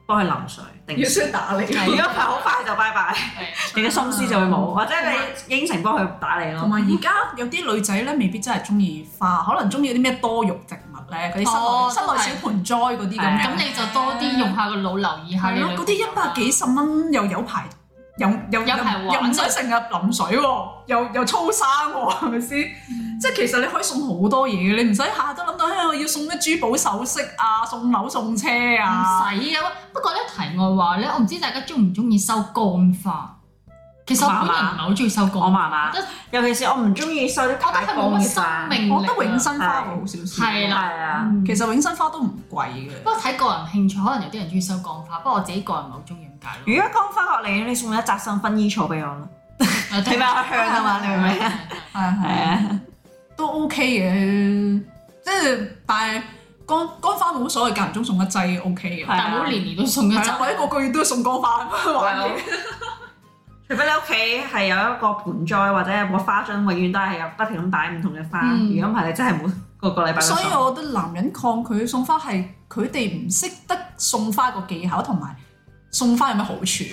[SPEAKER 2] 幫佢淋水定
[SPEAKER 3] 要先打你。
[SPEAKER 2] 如果唔係好快就拜拜， 嗯你嘅心思就會冇，或者你應承幫佢打理咯。
[SPEAKER 3] 同埋
[SPEAKER 1] 嗯
[SPEAKER 3] 而家有啲女仔咧，未必真係中意花，可能中意啲咩多肉植物咧，嗰啲室內、
[SPEAKER 1] 哦
[SPEAKER 3] 室內小盆栽嗰啲咁樣。
[SPEAKER 1] 啊咁你就多啲用下個腦，留意下
[SPEAKER 3] 係
[SPEAKER 1] 你
[SPEAKER 3] 咯，
[SPEAKER 1] 女
[SPEAKER 3] 嗰
[SPEAKER 1] 朋
[SPEAKER 3] 啲
[SPEAKER 1] 友啊
[SPEAKER 3] 一
[SPEAKER 1] 啦
[SPEAKER 3] 百幾十蚊又有排，又又
[SPEAKER 1] 有排玩
[SPEAKER 3] 又
[SPEAKER 1] 啊
[SPEAKER 3] 又唔使成日淋水喎，又又粗生喎，係咪先？
[SPEAKER 1] 嗯
[SPEAKER 3] 即係其實你可以送好多嘢嘅，你唔使下下都諗到，哎唉，我要送咩珠寶首飾啊，送樓送車啊，
[SPEAKER 1] 唔使啊！不過咧題外話咧，我唔知大家中唔中意收乾花。其實我本人唔係好中意收乾
[SPEAKER 2] 我
[SPEAKER 1] 花，
[SPEAKER 2] 麻麻
[SPEAKER 1] 我覺得，
[SPEAKER 2] 尤其是我唔中意收啲
[SPEAKER 1] 我覺
[SPEAKER 2] 太
[SPEAKER 1] 得係
[SPEAKER 2] 光
[SPEAKER 1] 冇乜
[SPEAKER 2] 嘅花
[SPEAKER 1] 生，命力啊。
[SPEAKER 3] 我覺得永生花
[SPEAKER 2] 係
[SPEAKER 3] 會好少少。
[SPEAKER 1] 係啦
[SPEAKER 2] 係啊，
[SPEAKER 1] 嗯
[SPEAKER 3] 其實永生花都唔貴嘅。
[SPEAKER 1] 不過睇個人興趣，可能有啲人中意收乾花，不過我自己個人唔係好中意咁解咯。
[SPEAKER 2] 如果講翻學嚟，你送一扎新薰衣草俾我啦，你咪有香啊嘛，你明唔明啊？
[SPEAKER 3] 係係
[SPEAKER 2] 係啊，
[SPEAKER 3] 都 OK 嘅，即係但係乾乾花冇乜所謂，間唔中送一劑 OK 嘅。
[SPEAKER 2] 係
[SPEAKER 1] 但係唔好年年都送一
[SPEAKER 3] 係
[SPEAKER 1] 扎
[SPEAKER 2] 啊
[SPEAKER 3] 啦，。我一個個月都送乾花，玩
[SPEAKER 1] 啊
[SPEAKER 3] 嘢
[SPEAKER 2] 除非你屋企係有一個盆栽或者有個花樽，永遠都係有不停咁擺唔同嘅花。
[SPEAKER 1] 嗯
[SPEAKER 2] 如果唔係，你真係每個個禮拜都
[SPEAKER 3] 所以
[SPEAKER 2] 送。
[SPEAKER 3] 我覺得男人抗拒送花係佢哋唔識得送花個技巧，同埋送花有咩好處？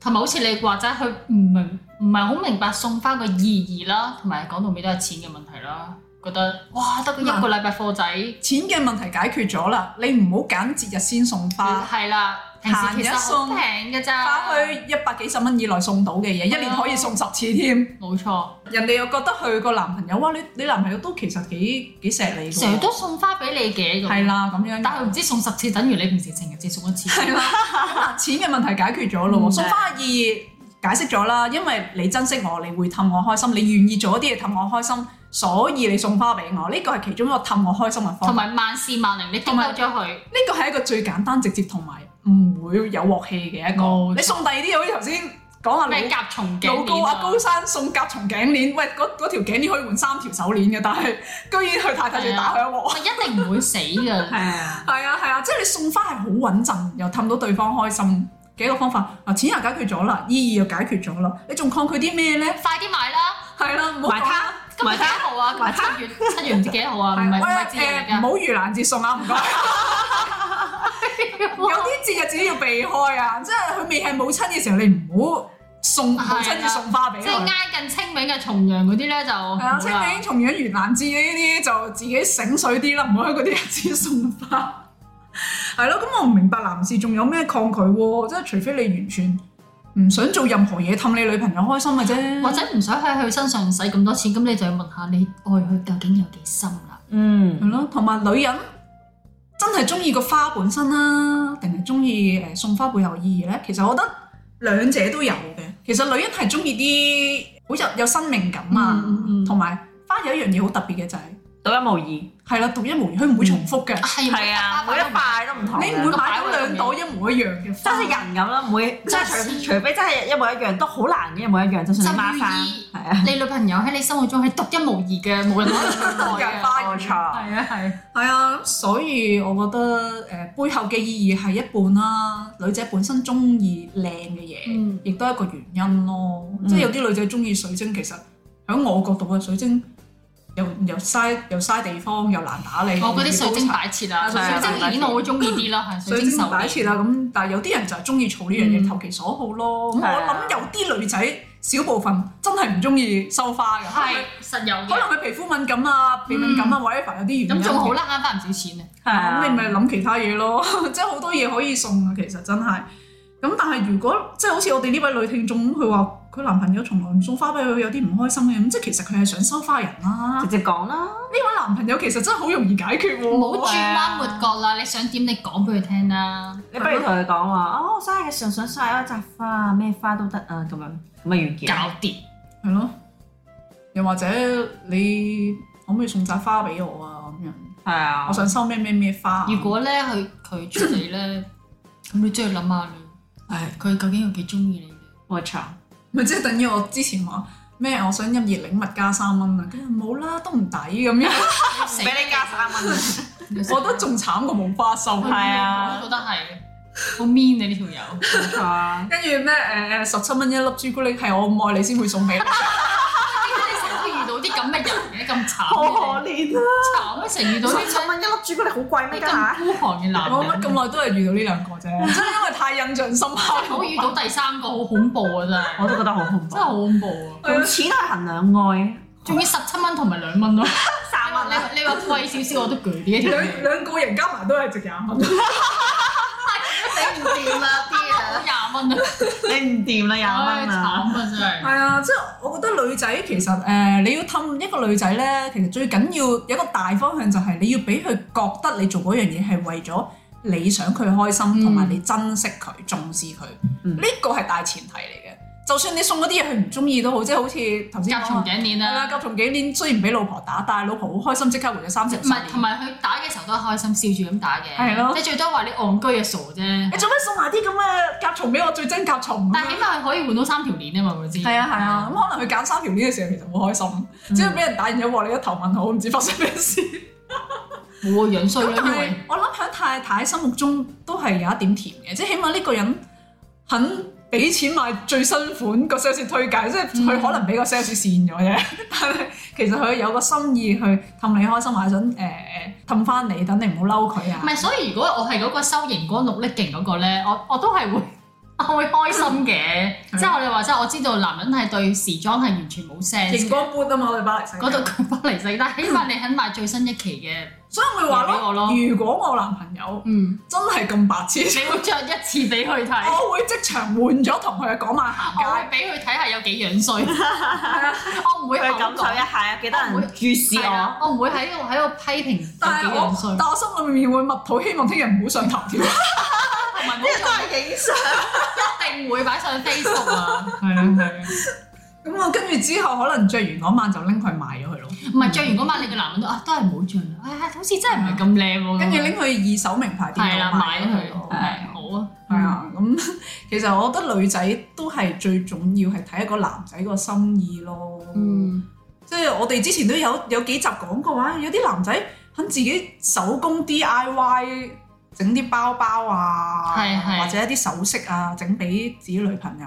[SPEAKER 1] 同埋好似你話齋，佢唔明唔係好明白送花個意義啦，同埋講到尾都係錢嘅問題啦。覺得哇，得個一個禮拜貨仔，
[SPEAKER 3] 錢嘅問題解決咗啦，你唔好揀節日先送花，
[SPEAKER 1] 係啦，平時其實好平嘅咋，
[SPEAKER 3] 花墟一百幾十蚊以內送到嘅嘢，一年可以送十次添。
[SPEAKER 1] 冇錯，
[SPEAKER 3] 人哋又覺得佢個男朋友，哇！你你男朋友都其實幾幾錫你㗎喎
[SPEAKER 1] 成日都送花俾你嘅咁。
[SPEAKER 3] 係啦咁樣，
[SPEAKER 1] 但佢唔知送十次，等於你平時情人節送一次。
[SPEAKER 3] 係啦，嗱啊錢嘅問題解決咗咯喎，
[SPEAKER 1] 嗯
[SPEAKER 3] 送花嘅意義解釋咗啦，因為你珍惜我，你會氹我開心，你願意做一啲嘢氹我開心，所以你送花俾我，呢個係其中一個氹我開心嘅方
[SPEAKER 1] 同
[SPEAKER 3] 法。
[SPEAKER 1] 埋萬事萬靈，你激嬲咗佢，
[SPEAKER 3] 呢個係一個最簡單直接同埋唔會有鑊氣嘅一個。
[SPEAKER 1] 冇錯
[SPEAKER 3] 你送第二啲嘢，好似頭先講話
[SPEAKER 1] 咩
[SPEAKER 3] 老
[SPEAKER 1] 甲蟲
[SPEAKER 3] 老
[SPEAKER 1] 頸
[SPEAKER 3] 高
[SPEAKER 1] 鏈
[SPEAKER 3] 啊
[SPEAKER 1] 啊，
[SPEAKER 3] 高山送甲蟲頸鏈，喂嗰嗰條頸鏈可以換三條手鏈嘅，但係居然佢太太仲要
[SPEAKER 1] 啊
[SPEAKER 3] 打佢一鑊。
[SPEAKER 1] 我一定唔會死 㗎。
[SPEAKER 2] 係啊，
[SPEAKER 3] 係啊係啊，即係你送花係好穩陣，又氹到對方開心嘅一個方法。嗱，錢又解決咗啦，意義又解決咗啦，你仲抗拒啲咩咧？
[SPEAKER 1] 快啲買啦！
[SPEAKER 3] 係啦，唔好
[SPEAKER 2] 埋他，
[SPEAKER 1] 今日
[SPEAKER 2] 埋
[SPEAKER 1] 幾多
[SPEAKER 2] 他，
[SPEAKER 1] 號啊？
[SPEAKER 2] 埋
[SPEAKER 1] 今日七月七月唔知幾多號啊？唔係唔係節日嚟
[SPEAKER 3] 喂 誒唔好盂蘭節送啊，唔該。有
[SPEAKER 1] 㗎。
[SPEAKER 3] 啲節日自己要避開啊，即係佢未係母親嘅時候，你唔好送
[SPEAKER 1] 啊
[SPEAKER 3] 母親節送花俾
[SPEAKER 1] 即係
[SPEAKER 3] 佢。
[SPEAKER 1] 挨近清明嘅重陽嗰啲咧就
[SPEAKER 3] 係啊，清明、重陽、盂蘭節呢啲就自己醒水啲啦，唔好喺嗰啲日子送花。係咯，咁我唔明白男士仲有咩抗拒喎？即係除非你完全唔想做任何嘢氹你女朋友開心嘅啫，
[SPEAKER 1] 或者唔想喺佢身上使咁多錢，咁你就要問下你愛佢究竟有幾深啦。
[SPEAKER 2] 嗯，
[SPEAKER 3] 係咯，同埋女人真係中意個花本身啦，定係中意誒送花背後意義咧？其實我覺得兩者都有嘅。其實女人係中意啲好有有生命感啊
[SPEAKER 1] 嗯嗯嗯，
[SPEAKER 3] 同埋、花有一樣嘢好特別嘅就係、
[SPEAKER 2] 獨一無二，
[SPEAKER 3] 係啦，獨一無二，佢唔會重複嘅。
[SPEAKER 1] 係
[SPEAKER 2] 係啊，每一塊都唔同嘅。
[SPEAKER 3] 你唔會買到兩朵一模一樣嘅
[SPEAKER 2] 真
[SPEAKER 3] 花
[SPEAKER 2] 係，人咁啦，每即係除
[SPEAKER 1] 真係
[SPEAKER 2] 除非真係一模一樣，都好難嘅一模一樣，就算你孖生，
[SPEAKER 1] 就
[SPEAKER 2] 係啊，
[SPEAKER 1] 你女朋友喺你心目中係獨一無二嘅，無人可以取代
[SPEAKER 3] 人
[SPEAKER 1] 嘅。
[SPEAKER 3] 花
[SPEAKER 2] 冇錯，
[SPEAKER 1] 係啊係，
[SPEAKER 3] 係啊，咁所以我覺得誒、呃背後嘅意義係一半啦，女仔本身中意靚嘅嘢，
[SPEAKER 1] 嗯，
[SPEAKER 3] 亦都係一個原因咯。
[SPEAKER 2] 嗯
[SPEAKER 3] 即係有啲女仔中意水晶，其實喺我角度嘅啊水晶又又嘥又嘥地方，又難打理。
[SPEAKER 1] 我嗰啲
[SPEAKER 3] 又
[SPEAKER 1] 水
[SPEAKER 3] 高
[SPEAKER 1] 晶
[SPEAKER 3] 產
[SPEAKER 1] 擺設啊，
[SPEAKER 3] 係
[SPEAKER 1] 水
[SPEAKER 2] 啊
[SPEAKER 1] 晶鏈我會中意啲啦，係
[SPEAKER 3] 水
[SPEAKER 1] 晶
[SPEAKER 3] 晶
[SPEAKER 1] 手
[SPEAKER 3] 擺設啦，
[SPEAKER 1] 鏈。
[SPEAKER 3] 咁但係有啲人就係中意儲呢樣嘢，
[SPEAKER 1] 嗯
[SPEAKER 3] 投其所好咯。咁
[SPEAKER 2] 係啊
[SPEAKER 3] 我諗有啲女仔少部分真係唔中意收花嘅，
[SPEAKER 1] 係啊實有
[SPEAKER 3] 可
[SPEAKER 1] 嘅，
[SPEAKER 3] 能佢皮膚敏感啊、鼻敏感啊、或者凡有啲原因。
[SPEAKER 1] 嗯咁仲好啦，慳翻唔少錢啊！
[SPEAKER 2] 係啊，
[SPEAKER 3] 咁你咪諗其他嘢咯， 即係好多嘢可以送啊，其實真係。咁但係如果即係好似我哋呢位女聽眾咁，佢話佢男朋友從來唔送花俾佢，有啲唔開心嘅，咁即係其實佢係想收花人
[SPEAKER 2] 直
[SPEAKER 3] 啦。
[SPEAKER 1] 嗯
[SPEAKER 3] 呢
[SPEAKER 2] 接講啦，
[SPEAKER 3] 位男朋友其實真係好容易解決喎。
[SPEAKER 1] 唔好轉彎抹角啦，你想點你講俾佢聽啦。
[SPEAKER 2] 你不如同佢講話，哦，我生日嘅時候想晒一扎花，咩花都得啊，咁樣咁啊完結啦。
[SPEAKER 1] 搞掂，
[SPEAKER 3] 係咯，又或者你可唔可以送扎花俾我啊？咁樣
[SPEAKER 2] 係啊
[SPEAKER 3] 我，想收咩咩咩花。啊
[SPEAKER 1] 如果咧佢拒絕你咧，咁你真係諗下你
[SPEAKER 3] 唉，
[SPEAKER 1] 佢究竟有幾中意你呢？
[SPEAKER 2] 冇錯，
[SPEAKER 3] 咪即係等於我之前話咩？我想入熱檸物加三蚊啊，跟住冇啦，都唔抵咁樣。
[SPEAKER 2] 唔俾你加三蚊。
[SPEAKER 3] 我覺得仲慘過冇花收。
[SPEAKER 2] 係啊
[SPEAKER 1] 我都覺得係，好 mean 你呢條友。
[SPEAKER 2] 冇錯啊，
[SPEAKER 3] 跟住咩誒誒十七蚊一粒朱古力係我唔愛你先會送俾你，
[SPEAKER 1] 點解你成日都遇到啲咁嘅人嘅咁
[SPEAKER 2] 好
[SPEAKER 1] 慘
[SPEAKER 2] 可
[SPEAKER 1] 嘅？
[SPEAKER 2] 憐啊！
[SPEAKER 1] 慘啊！成日遇到啲
[SPEAKER 2] 十七蚊一粒朱古力好貴咩？家
[SPEAKER 1] 咁
[SPEAKER 2] 下
[SPEAKER 1] 孤寒嘅男
[SPEAKER 3] 我乜
[SPEAKER 1] 人，
[SPEAKER 3] 咁耐都係遇到呢兩個啫，真係因為太印象深刻。
[SPEAKER 1] 好遇到第三個好恐怖啊！真係，
[SPEAKER 2] 我都覺得好恐怖
[SPEAKER 1] 真係。好恐怖啊！
[SPEAKER 2] 用錢去衡量愛，
[SPEAKER 1] 仲要十七蚊同埋兩蚊咯，
[SPEAKER 2] 三蚊啊啦，
[SPEAKER 1] 你你話貴少少我都攰啲一 條
[SPEAKER 3] 兩兩個人加埋都係值廿蚊，
[SPEAKER 2] 你唔掂啦啲啊，
[SPEAKER 1] 廿蚊啊，
[SPEAKER 2] 你唔掂啦廿
[SPEAKER 1] 唉
[SPEAKER 2] 蚊
[SPEAKER 1] 慘
[SPEAKER 2] 啊！
[SPEAKER 1] 啊真係。
[SPEAKER 3] 係啊，即係我覺得女仔其實誒、你要氹一個女仔咧，其實最緊要有一個大方向就係你要俾佢覺得你做嗰樣嘢係為咗你想佢開心，同埋、你珍惜佢、重視佢，
[SPEAKER 2] 嗯
[SPEAKER 3] 呢個係大前提嚟嘅。就算你送嗰啲嘢佢唔中意都好，即係好似頭先
[SPEAKER 1] 夾
[SPEAKER 3] 講
[SPEAKER 1] 重
[SPEAKER 3] 話
[SPEAKER 1] 頸鏈啊
[SPEAKER 3] 係啦，
[SPEAKER 1] 啦，
[SPEAKER 3] 夾重幾年雖然俾老婆打，但係老婆好開心，即刻回咗三成
[SPEAKER 1] 唔係同埋佢打嘅時候都係開心笑住咁打嘅，
[SPEAKER 3] 係咯
[SPEAKER 1] 即係最多話你戇居啊傻啫
[SPEAKER 3] 你，做咩送埋啲咁嘅甲蟲俾我？最憎甲蟲。
[SPEAKER 1] 但係起碼佢可以換到三條鏈啊嘛，係咪先？
[SPEAKER 3] 係啊係啊，咁可能佢揀三條鏈嘅時候其實好開心，只要俾人打完一鑊，你一頭問號，唔知發生咩事。
[SPEAKER 1] 冇啊，樣衰
[SPEAKER 3] 咁
[SPEAKER 1] 啦，
[SPEAKER 3] 但
[SPEAKER 1] 因
[SPEAKER 3] 係
[SPEAKER 1] 為
[SPEAKER 3] 我諗喺太太心目中都係有一點甜嘅，即係起碼呢個人肯俾錢買最新款個 sales 推介，即係佢可能俾個 sales 跣咗啫， 但係其實佢有個心意去氹你開心，或者想誒誒氹翻你，等你唔好嬲佢啊
[SPEAKER 1] 唔。係，所以如果我係嗰個收熒光綠力勁嗰個咧，我我都係會。 我會開心嘅，
[SPEAKER 3] 嗯
[SPEAKER 1] 即係我哋話齋，我知道男人係對時裝係完全冇 sense
[SPEAKER 3] 熒
[SPEAKER 1] 嘅
[SPEAKER 3] 光般啊嘛，我哋巴黎世界
[SPEAKER 1] 嗰度佢不離世，但係起碼你肯買最新一期嘅，
[SPEAKER 3] 所以我咪話
[SPEAKER 1] 俾我
[SPEAKER 3] 咯
[SPEAKER 1] 咯，
[SPEAKER 3] 如果我男朋友
[SPEAKER 1] 嗯，
[SPEAKER 3] 真係咁白痴。
[SPEAKER 1] 你會着一次俾佢睇，
[SPEAKER 3] 我會即場換咗同佢嗰晚行
[SPEAKER 1] 我會
[SPEAKER 3] 街，
[SPEAKER 1] 俾佢睇下有幾 樣衰，我唔會
[SPEAKER 2] 去
[SPEAKER 1] 口
[SPEAKER 2] 感受一
[SPEAKER 1] 講，
[SPEAKER 2] 下有幾多人
[SPEAKER 1] 我會
[SPEAKER 2] 注視
[SPEAKER 1] 係
[SPEAKER 2] 我
[SPEAKER 1] 啊。，我唔會喺度喺度批評有
[SPEAKER 3] 但係
[SPEAKER 1] 幾樣
[SPEAKER 3] 我
[SPEAKER 1] 衰，
[SPEAKER 3] 但我心裏面會默禱，希望聽日唔好上頭 條。
[SPEAKER 1] 同埋
[SPEAKER 2] 呢個都係影相，
[SPEAKER 1] 我一定會擺上 Facebook 啊，
[SPEAKER 3] 係啊係啊。咁我跟住之後，可能着完嗰晚就拎佢賣咗佢咯，
[SPEAKER 1] 唔係着完嗰晚你嘅男人都啊都係唔好着啦，哎呀好似真係唔係咁靚喎，
[SPEAKER 3] 跟住拎去二手名牌
[SPEAKER 1] 嗯
[SPEAKER 3] 店
[SPEAKER 1] 係啦
[SPEAKER 3] 度
[SPEAKER 1] 買
[SPEAKER 3] 賣咗
[SPEAKER 1] 佢，
[SPEAKER 3] 佢咯。
[SPEAKER 1] 係
[SPEAKER 3] 係
[SPEAKER 1] 好啊，
[SPEAKER 3] 係啊，咁其實我覺得女仔都係最重要係睇一個男仔個心意咯。
[SPEAKER 1] 嗯。
[SPEAKER 3] 即係我哋之前都有有幾集講過話，有啲男仔肯自己手工 DIY 整啲包包啊，
[SPEAKER 1] 係係
[SPEAKER 3] 或者一啲首飾啊，整俾自己女朋友。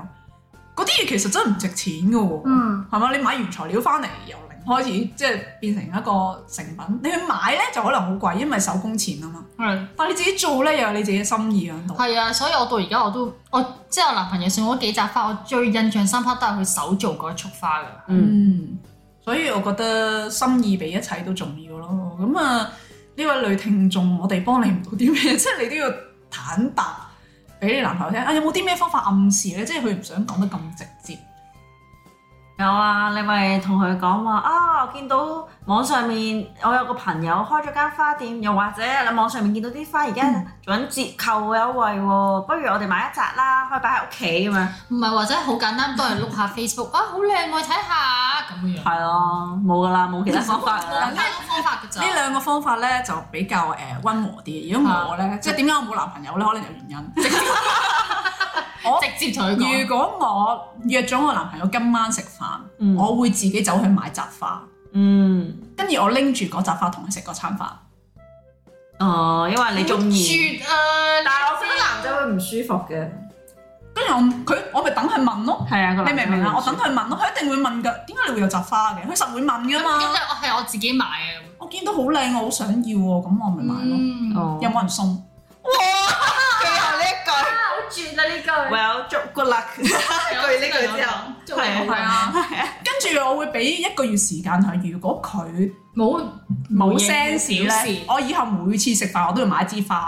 [SPEAKER 3] 嗰啲嘢其實真係唔值錢嘅喎，
[SPEAKER 1] 嗯，
[SPEAKER 3] 係嘛、你買原材料翻嚟由零開始，即係變成一個成品。你去買咧就可能好貴，因為手工錢啊嘛。
[SPEAKER 1] 係
[SPEAKER 3] 但係你自己做咧又有你自己嘅心意喺度。
[SPEAKER 1] 係啊，所以我到而家我都我即係我男朋友送我幾扎花，我最印象深刻都係佢手做嗰一束花㗎。
[SPEAKER 2] 嗯，
[SPEAKER 3] 嗯，所以我覺得心意比一切都重要咯。咁啊，呢位女聽眾，我哋幫你唔到啲咩， 即係你都要坦白俾你男朋友聽。啊，有冇啲咩方法暗示咧？即係佢唔想講得咁直接。
[SPEAKER 2] 有啊，你咪同佢講話啊，我見到網上面我有個朋友開咗間花店，又或者你網上面見到啲花而家做緊折扣優惠喎，不如我哋買一紮啦，可以擺喺屋企咁樣。
[SPEAKER 1] 唔係或者好簡單，都係碌下 Facebook 啊，好靚我睇下咁樣樣。
[SPEAKER 2] 係咯，冇噶啦，冇其他方法噶
[SPEAKER 1] 我
[SPEAKER 2] 啦
[SPEAKER 1] 諗。到方法㗎咋
[SPEAKER 3] 呢。兩個方法咧就比較誒温和啲。如果我咧，即係點解我冇男朋友咧？可能有原因。我
[SPEAKER 1] 直接同佢講，
[SPEAKER 3] 如果我約咗我男朋友今晚食飯，
[SPEAKER 2] 嗯
[SPEAKER 3] 我會自己走去買雜花，
[SPEAKER 2] 嗯，
[SPEAKER 3] 跟住我拎住嗰雜花同佢食嗰餐飯。
[SPEAKER 2] 哦，因為你中意，
[SPEAKER 1] 絕啊！
[SPEAKER 2] 但係我覺得男仔會唔舒服嘅。
[SPEAKER 3] 跟住我佢我咪等佢問咯，
[SPEAKER 2] 係啊，
[SPEAKER 3] 你明唔明啊？我等佢問咯，佢一定會問㗎。點解你會有雜花嘅？佢實會問㗎
[SPEAKER 1] 咁咁
[SPEAKER 3] 嘛。
[SPEAKER 1] 就我係我自己買啊。
[SPEAKER 3] 我見到好靚，我好想要喎，咁我咪買咯。
[SPEAKER 1] 嗯，
[SPEAKER 2] 哦
[SPEAKER 3] 有冇人送？
[SPEAKER 2] 最後呢一句
[SPEAKER 1] 好絕啊！呢句
[SPEAKER 2] ，Well，祝 good luck。句呢句之後
[SPEAKER 1] 做得好
[SPEAKER 2] 係
[SPEAKER 3] 啊，跟住我會俾一個月時間佢。如果佢
[SPEAKER 1] 冇
[SPEAKER 3] 冇
[SPEAKER 1] 嘢
[SPEAKER 3] sense
[SPEAKER 1] 小事
[SPEAKER 3] 咧，我以後每次食飯我都要買一支 花。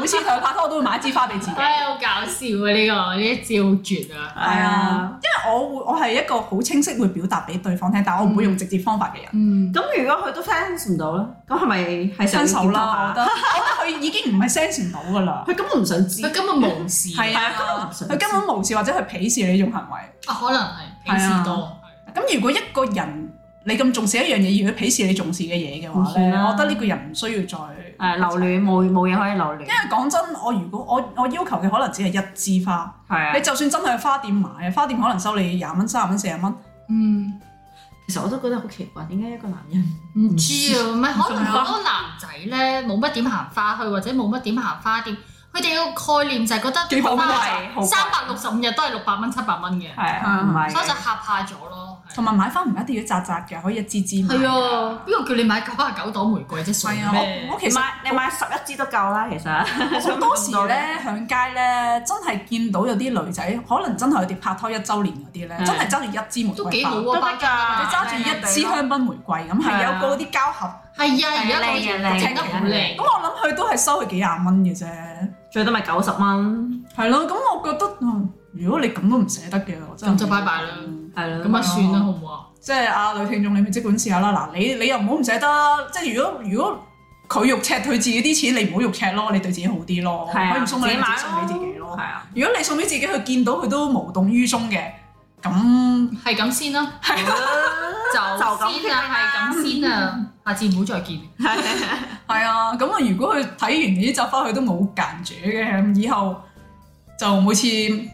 [SPEAKER 3] 每次同佢拍拖，我都會買一支花俾自己。
[SPEAKER 1] 唉，好搞笑啊！呢個呢一招絕啊！
[SPEAKER 2] 係啊，
[SPEAKER 3] 因為我會我係一個好清晰會表達俾對方聽，但我唔會用直接方法嘅人。
[SPEAKER 1] 嗯。
[SPEAKER 2] 咁如果佢都 sense 唔到咧，咁係咪係時候
[SPEAKER 3] 分
[SPEAKER 2] 要
[SPEAKER 3] 手啦，我
[SPEAKER 2] 檢討下
[SPEAKER 3] 覺得我覺得佢已經唔係 sense 唔到㗎啦。
[SPEAKER 2] 佢根本唔想知，
[SPEAKER 1] 佢根本無視，
[SPEAKER 3] 係啊，
[SPEAKER 2] 係啊
[SPEAKER 3] 佢根本無視或者佢鄙視你呢種行為。
[SPEAKER 1] 啊可能係平
[SPEAKER 3] 係啊
[SPEAKER 1] 時多，
[SPEAKER 3] 咁如果一個人你咁重視一樣嘢，而佢鄙視你重視嘅嘢嘅話
[SPEAKER 2] 唔算
[SPEAKER 3] 咧，
[SPEAKER 2] 啦
[SPEAKER 3] 我覺得呢個人唔需要再
[SPEAKER 2] 誒留戀冇冇嘢可以留戀
[SPEAKER 3] 因，為講真，我如果我我要求嘅可能只係一支花，
[SPEAKER 2] 係啊
[SPEAKER 3] 你。就算真係去花店買，啊花店可能收你廿蚊、三十蚊、四十蚊，
[SPEAKER 1] 嗯。
[SPEAKER 2] 其實我都覺得好奇怪，點解一個男人
[SPEAKER 1] 唔知啊，唔係可能好多男仔咧冇乜點行花墟，或者冇乜點行花店，佢哋個概念就係覺得
[SPEAKER 3] 幾百蚊
[SPEAKER 2] 一隻好貴
[SPEAKER 1] 三百六十五日都係六百蚊、七百蚊嘅，
[SPEAKER 2] 係
[SPEAKER 3] 啊
[SPEAKER 2] 唔係
[SPEAKER 1] 所以就
[SPEAKER 2] 嘅？
[SPEAKER 1] 嚇怕咗咯。
[SPEAKER 3] 同埋買花唔一定要扎扎嘅，可以一支支買。
[SPEAKER 1] 係啊，邊個叫你買九啊九朵玫瑰啫？傻
[SPEAKER 3] 係啊，
[SPEAKER 1] 咩
[SPEAKER 3] 我我其實
[SPEAKER 2] 買你買十一支都夠啦，其實
[SPEAKER 3] 好多時咧，響街咧，真係見到有啲女仔，可能真係佢哋拍拖一週年嗰啲咧，
[SPEAKER 2] 嗯
[SPEAKER 3] 真係揸住一支玫
[SPEAKER 1] 都
[SPEAKER 3] 瑰
[SPEAKER 1] 幾好
[SPEAKER 3] 花，
[SPEAKER 1] 啊，包裝
[SPEAKER 3] 你揸住一支香檳玫瑰咁，係
[SPEAKER 2] 係
[SPEAKER 3] 有
[SPEAKER 2] 啊
[SPEAKER 3] 個嗰啲膠盒，
[SPEAKER 1] 係啊，而家嗰
[SPEAKER 2] 係
[SPEAKER 1] 啲
[SPEAKER 2] 靚嘅
[SPEAKER 1] 整得好
[SPEAKER 3] 咁
[SPEAKER 1] 靚，
[SPEAKER 3] 我諗佢都係收佢幾廿蚊嘅啫。
[SPEAKER 2] 最多咪九十蚊，
[SPEAKER 3] 係咯，咁我覺得，嗯如果你咁都唔捨得嘅，我真係
[SPEAKER 1] 咁就拜拜啦
[SPEAKER 2] 係咯。
[SPEAKER 1] 咁啊算啦，好唔好啊？
[SPEAKER 3] 即係啊，女聽眾，你咪即管試下啦。嗱，你你又唔好唔捨得，即係如果如果佢肉赤，佢自己啲錢，你唔好肉赤咯，你對自己好啲咯，
[SPEAKER 2] 係啊
[SPEAKER 3] 哦可以唔送
[SPEAKER 2] 自
[SPEAKER 3] 你
[SPEAKER 2] 己
[SPEAKER 3] 咪
[SPEAKER 2] 買
[SPEAKER 3] 自己送俾自己咯
[SPEAKER 2] 係。啊，
[SPEAKER 3] 如果你送俾自己，佢見到佢都無動於衷嘅，咁
[SPEAKER 1] 係咁先啦，就
[SPEAKER 2] 咁
[SPEAKER 1] 先啊，係咁先啊，下次唔好再見。
[SPEAKER 3] 係啊。咁啊，如果佢睇完呢集翻去都冇間住嘅，咁以後就每次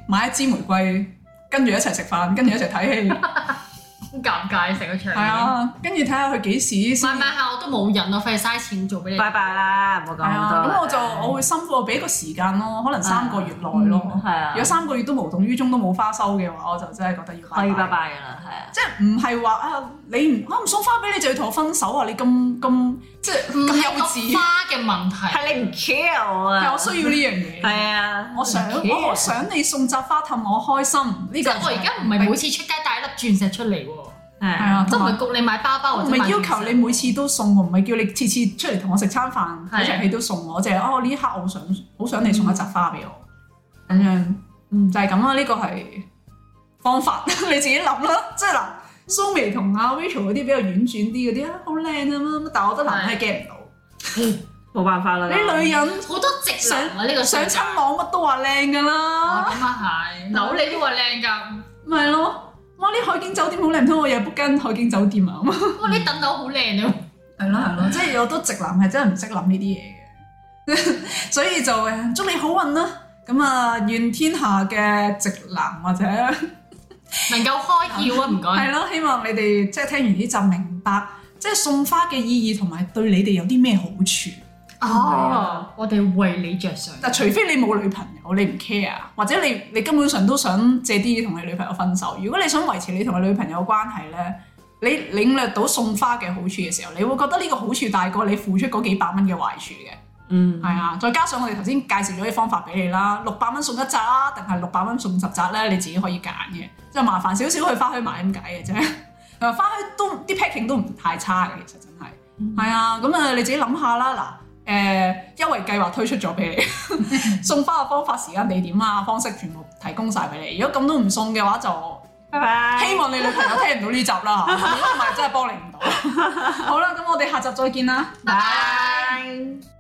[SPEAKER 3] 買一支玫瑰，跟住一齊食飯，跟住一齊睇戲，
[SPEAKER 1] 好尷尬成個場
[SPEAKER 3] 係
[SPEAKER 1] 面。
[SPEAKER 3] 啊，跟住睇下佢幾時先
[SPEAKER 1] 買。買下我都冇人咯，費事嘥錢做俾你。
[SPEAKER 2] 拜拜啦，唔好講
[SPEAKER 3] 係
[SPEAKER 2] 咁，
[SPEAKER 3] 啊
[SPEAKER 2] 多啦。
[SPEAKER 3] 咁我就我會辛苦，我俾個時間咯，可能三個月內
[SPEAKER 1] 嗯
[SPEAKER 3] 咯。
[SPEAKER 2] 係啊
[SPEAKER 3] 如，果三個月都無動於衷都冇花收嘅話，我就真係覺得要
[SPEAKER 2] 可以拜
[SPEAKER 3] 拜。
[SPEAKER 2] 拜噶啦，係啊。
[SPEAKER 3] 即係唔係話啊？你唔啊唔送花俾你就要同我分手啊？你咁咁即係
[SPEAKER 1] 唔
[SPEAKER 3] 咁
[SPEAKER 1] 係
[SPEAKER 3] 幼
[SPEAKER 1] 個
[SPEAKER 3] 稚，
[SPEAKER 1] 花嘅問題，
[SPEAKER 2] 係你唔 care 我啊
[SPEAKER 3] 係我需要呢樣嘢。
[SPEAKER 2] 係啊，
[SPEAKER 3] 我想我想你送扎花氹我開心，呢
[SPEAKER 1] 即
[SPEAKER 3] 個
[SPEAKER 1] 係我而家唔係每次出街帶粒鑽石出嚟喎，
[SPEAKER 2] 係
[SPEAKER 3] 係啊，
[SPEAKER 1] 都唔
[SPEAKER 3] 同埋
[SPEAKER 1] 係焗你買包包
[SPEAKER 3] 我
[SPEAKER 1] 或者
[SPEAKER 3] 唔
[SPEAKER 1] 買
[SPEAKER 3] 係
[SPEAKER 1] 鑽石
[SPEAKER 3] 要求你每次都送我，唔係叫你次次出嚟同我食餐飯
[SPEAKER 1] 係
[SPEAKER 3] 睇場戲都送我，就係哦呢一刻我想好想你送一扎花俾我，咁樣嗯就係咁啦，呢個係方法， 你自己諗啦，即係嗱，蘇眉同阿 Rachel 嗰啲比較婉轉啲嗰啲啊，好靚啊乜乜，但係我覺得男人係 get 唔到，
[SPEAKER 2] 冇辦法啦。
[SPEAKER 3] 你女人
[SPEAKER 1] 好多直男啊呢個世
[SPEAKER 3] 上
[SPEAKER 1] 界
[SPEAKER 3] 親網乜都話靚㗎
[SPEAKER 1] 哦
[SPEAKER 3] 啦，
[SPEAKER 1] 咁啊係，扭你都話靚㗎，
[SPEAKER 3] 咪係咯，哇呢海景酒店好靚，唔通我日日 book 間海景酒店啊咁啊
[SPEAKER 1] 哇啲凳樓好靚啊，
[SPEAKER 3] 係咯係咯，即係有好多直男係真係唔識諗呢啲嘢嘅， 所以就誒祝你好運啦！咁啊，願天下嘅直男或者
[SPEAKER 1] 能夠開竅啊唔該，
[SPEAKER 3] 係咯，希望你哋即係聽完呢集明白，即係送花嘅意義同埋對你哋有啲咩好處。
[SPEAKER 1] 哦，我哋為你着想，
[SPEAKER 3] 但除非你冇女朋友，你唔 care，或啊者你你根本上都想借啲嘢同你女朋友分手。如果你想維持你同你女朋友嘅關係咧，你領略到送花嘅好處嘅時候，你會覺得呢個好處大過你付出嗰幾百蚊嘅壞處嘅。
[SPEAKER 2] 嗯
[SPEAKER 3] 係啊，再加上我哋頭先介紹咗啲方法俾你啦，六百蚊送一扎啊，定係六百蚊送十扎咧，你自己可以揀嘅，即係麻煩少少去花墟買咁解嘅啫。 誒，花墟都啲 packing 都唔太差嘅，其實真係係啊。咁啊，你自己諗下啦。嗱，誒優惠計劃推出咗俾你，送花嘅方法、時間、地點啊、方式全部提供晒俾你。如果咁都唔送嘅話，就
[SPEAKER 2] 拜拜。
[SPEAKER 3] 希望你女朋友聽唔到呢集啦。如果唔係，真係幫你唔到。好啦，咁我哋下集再見啦。
[SPEAKER 1] 拜拜。
[SPEAKER 2] 拜。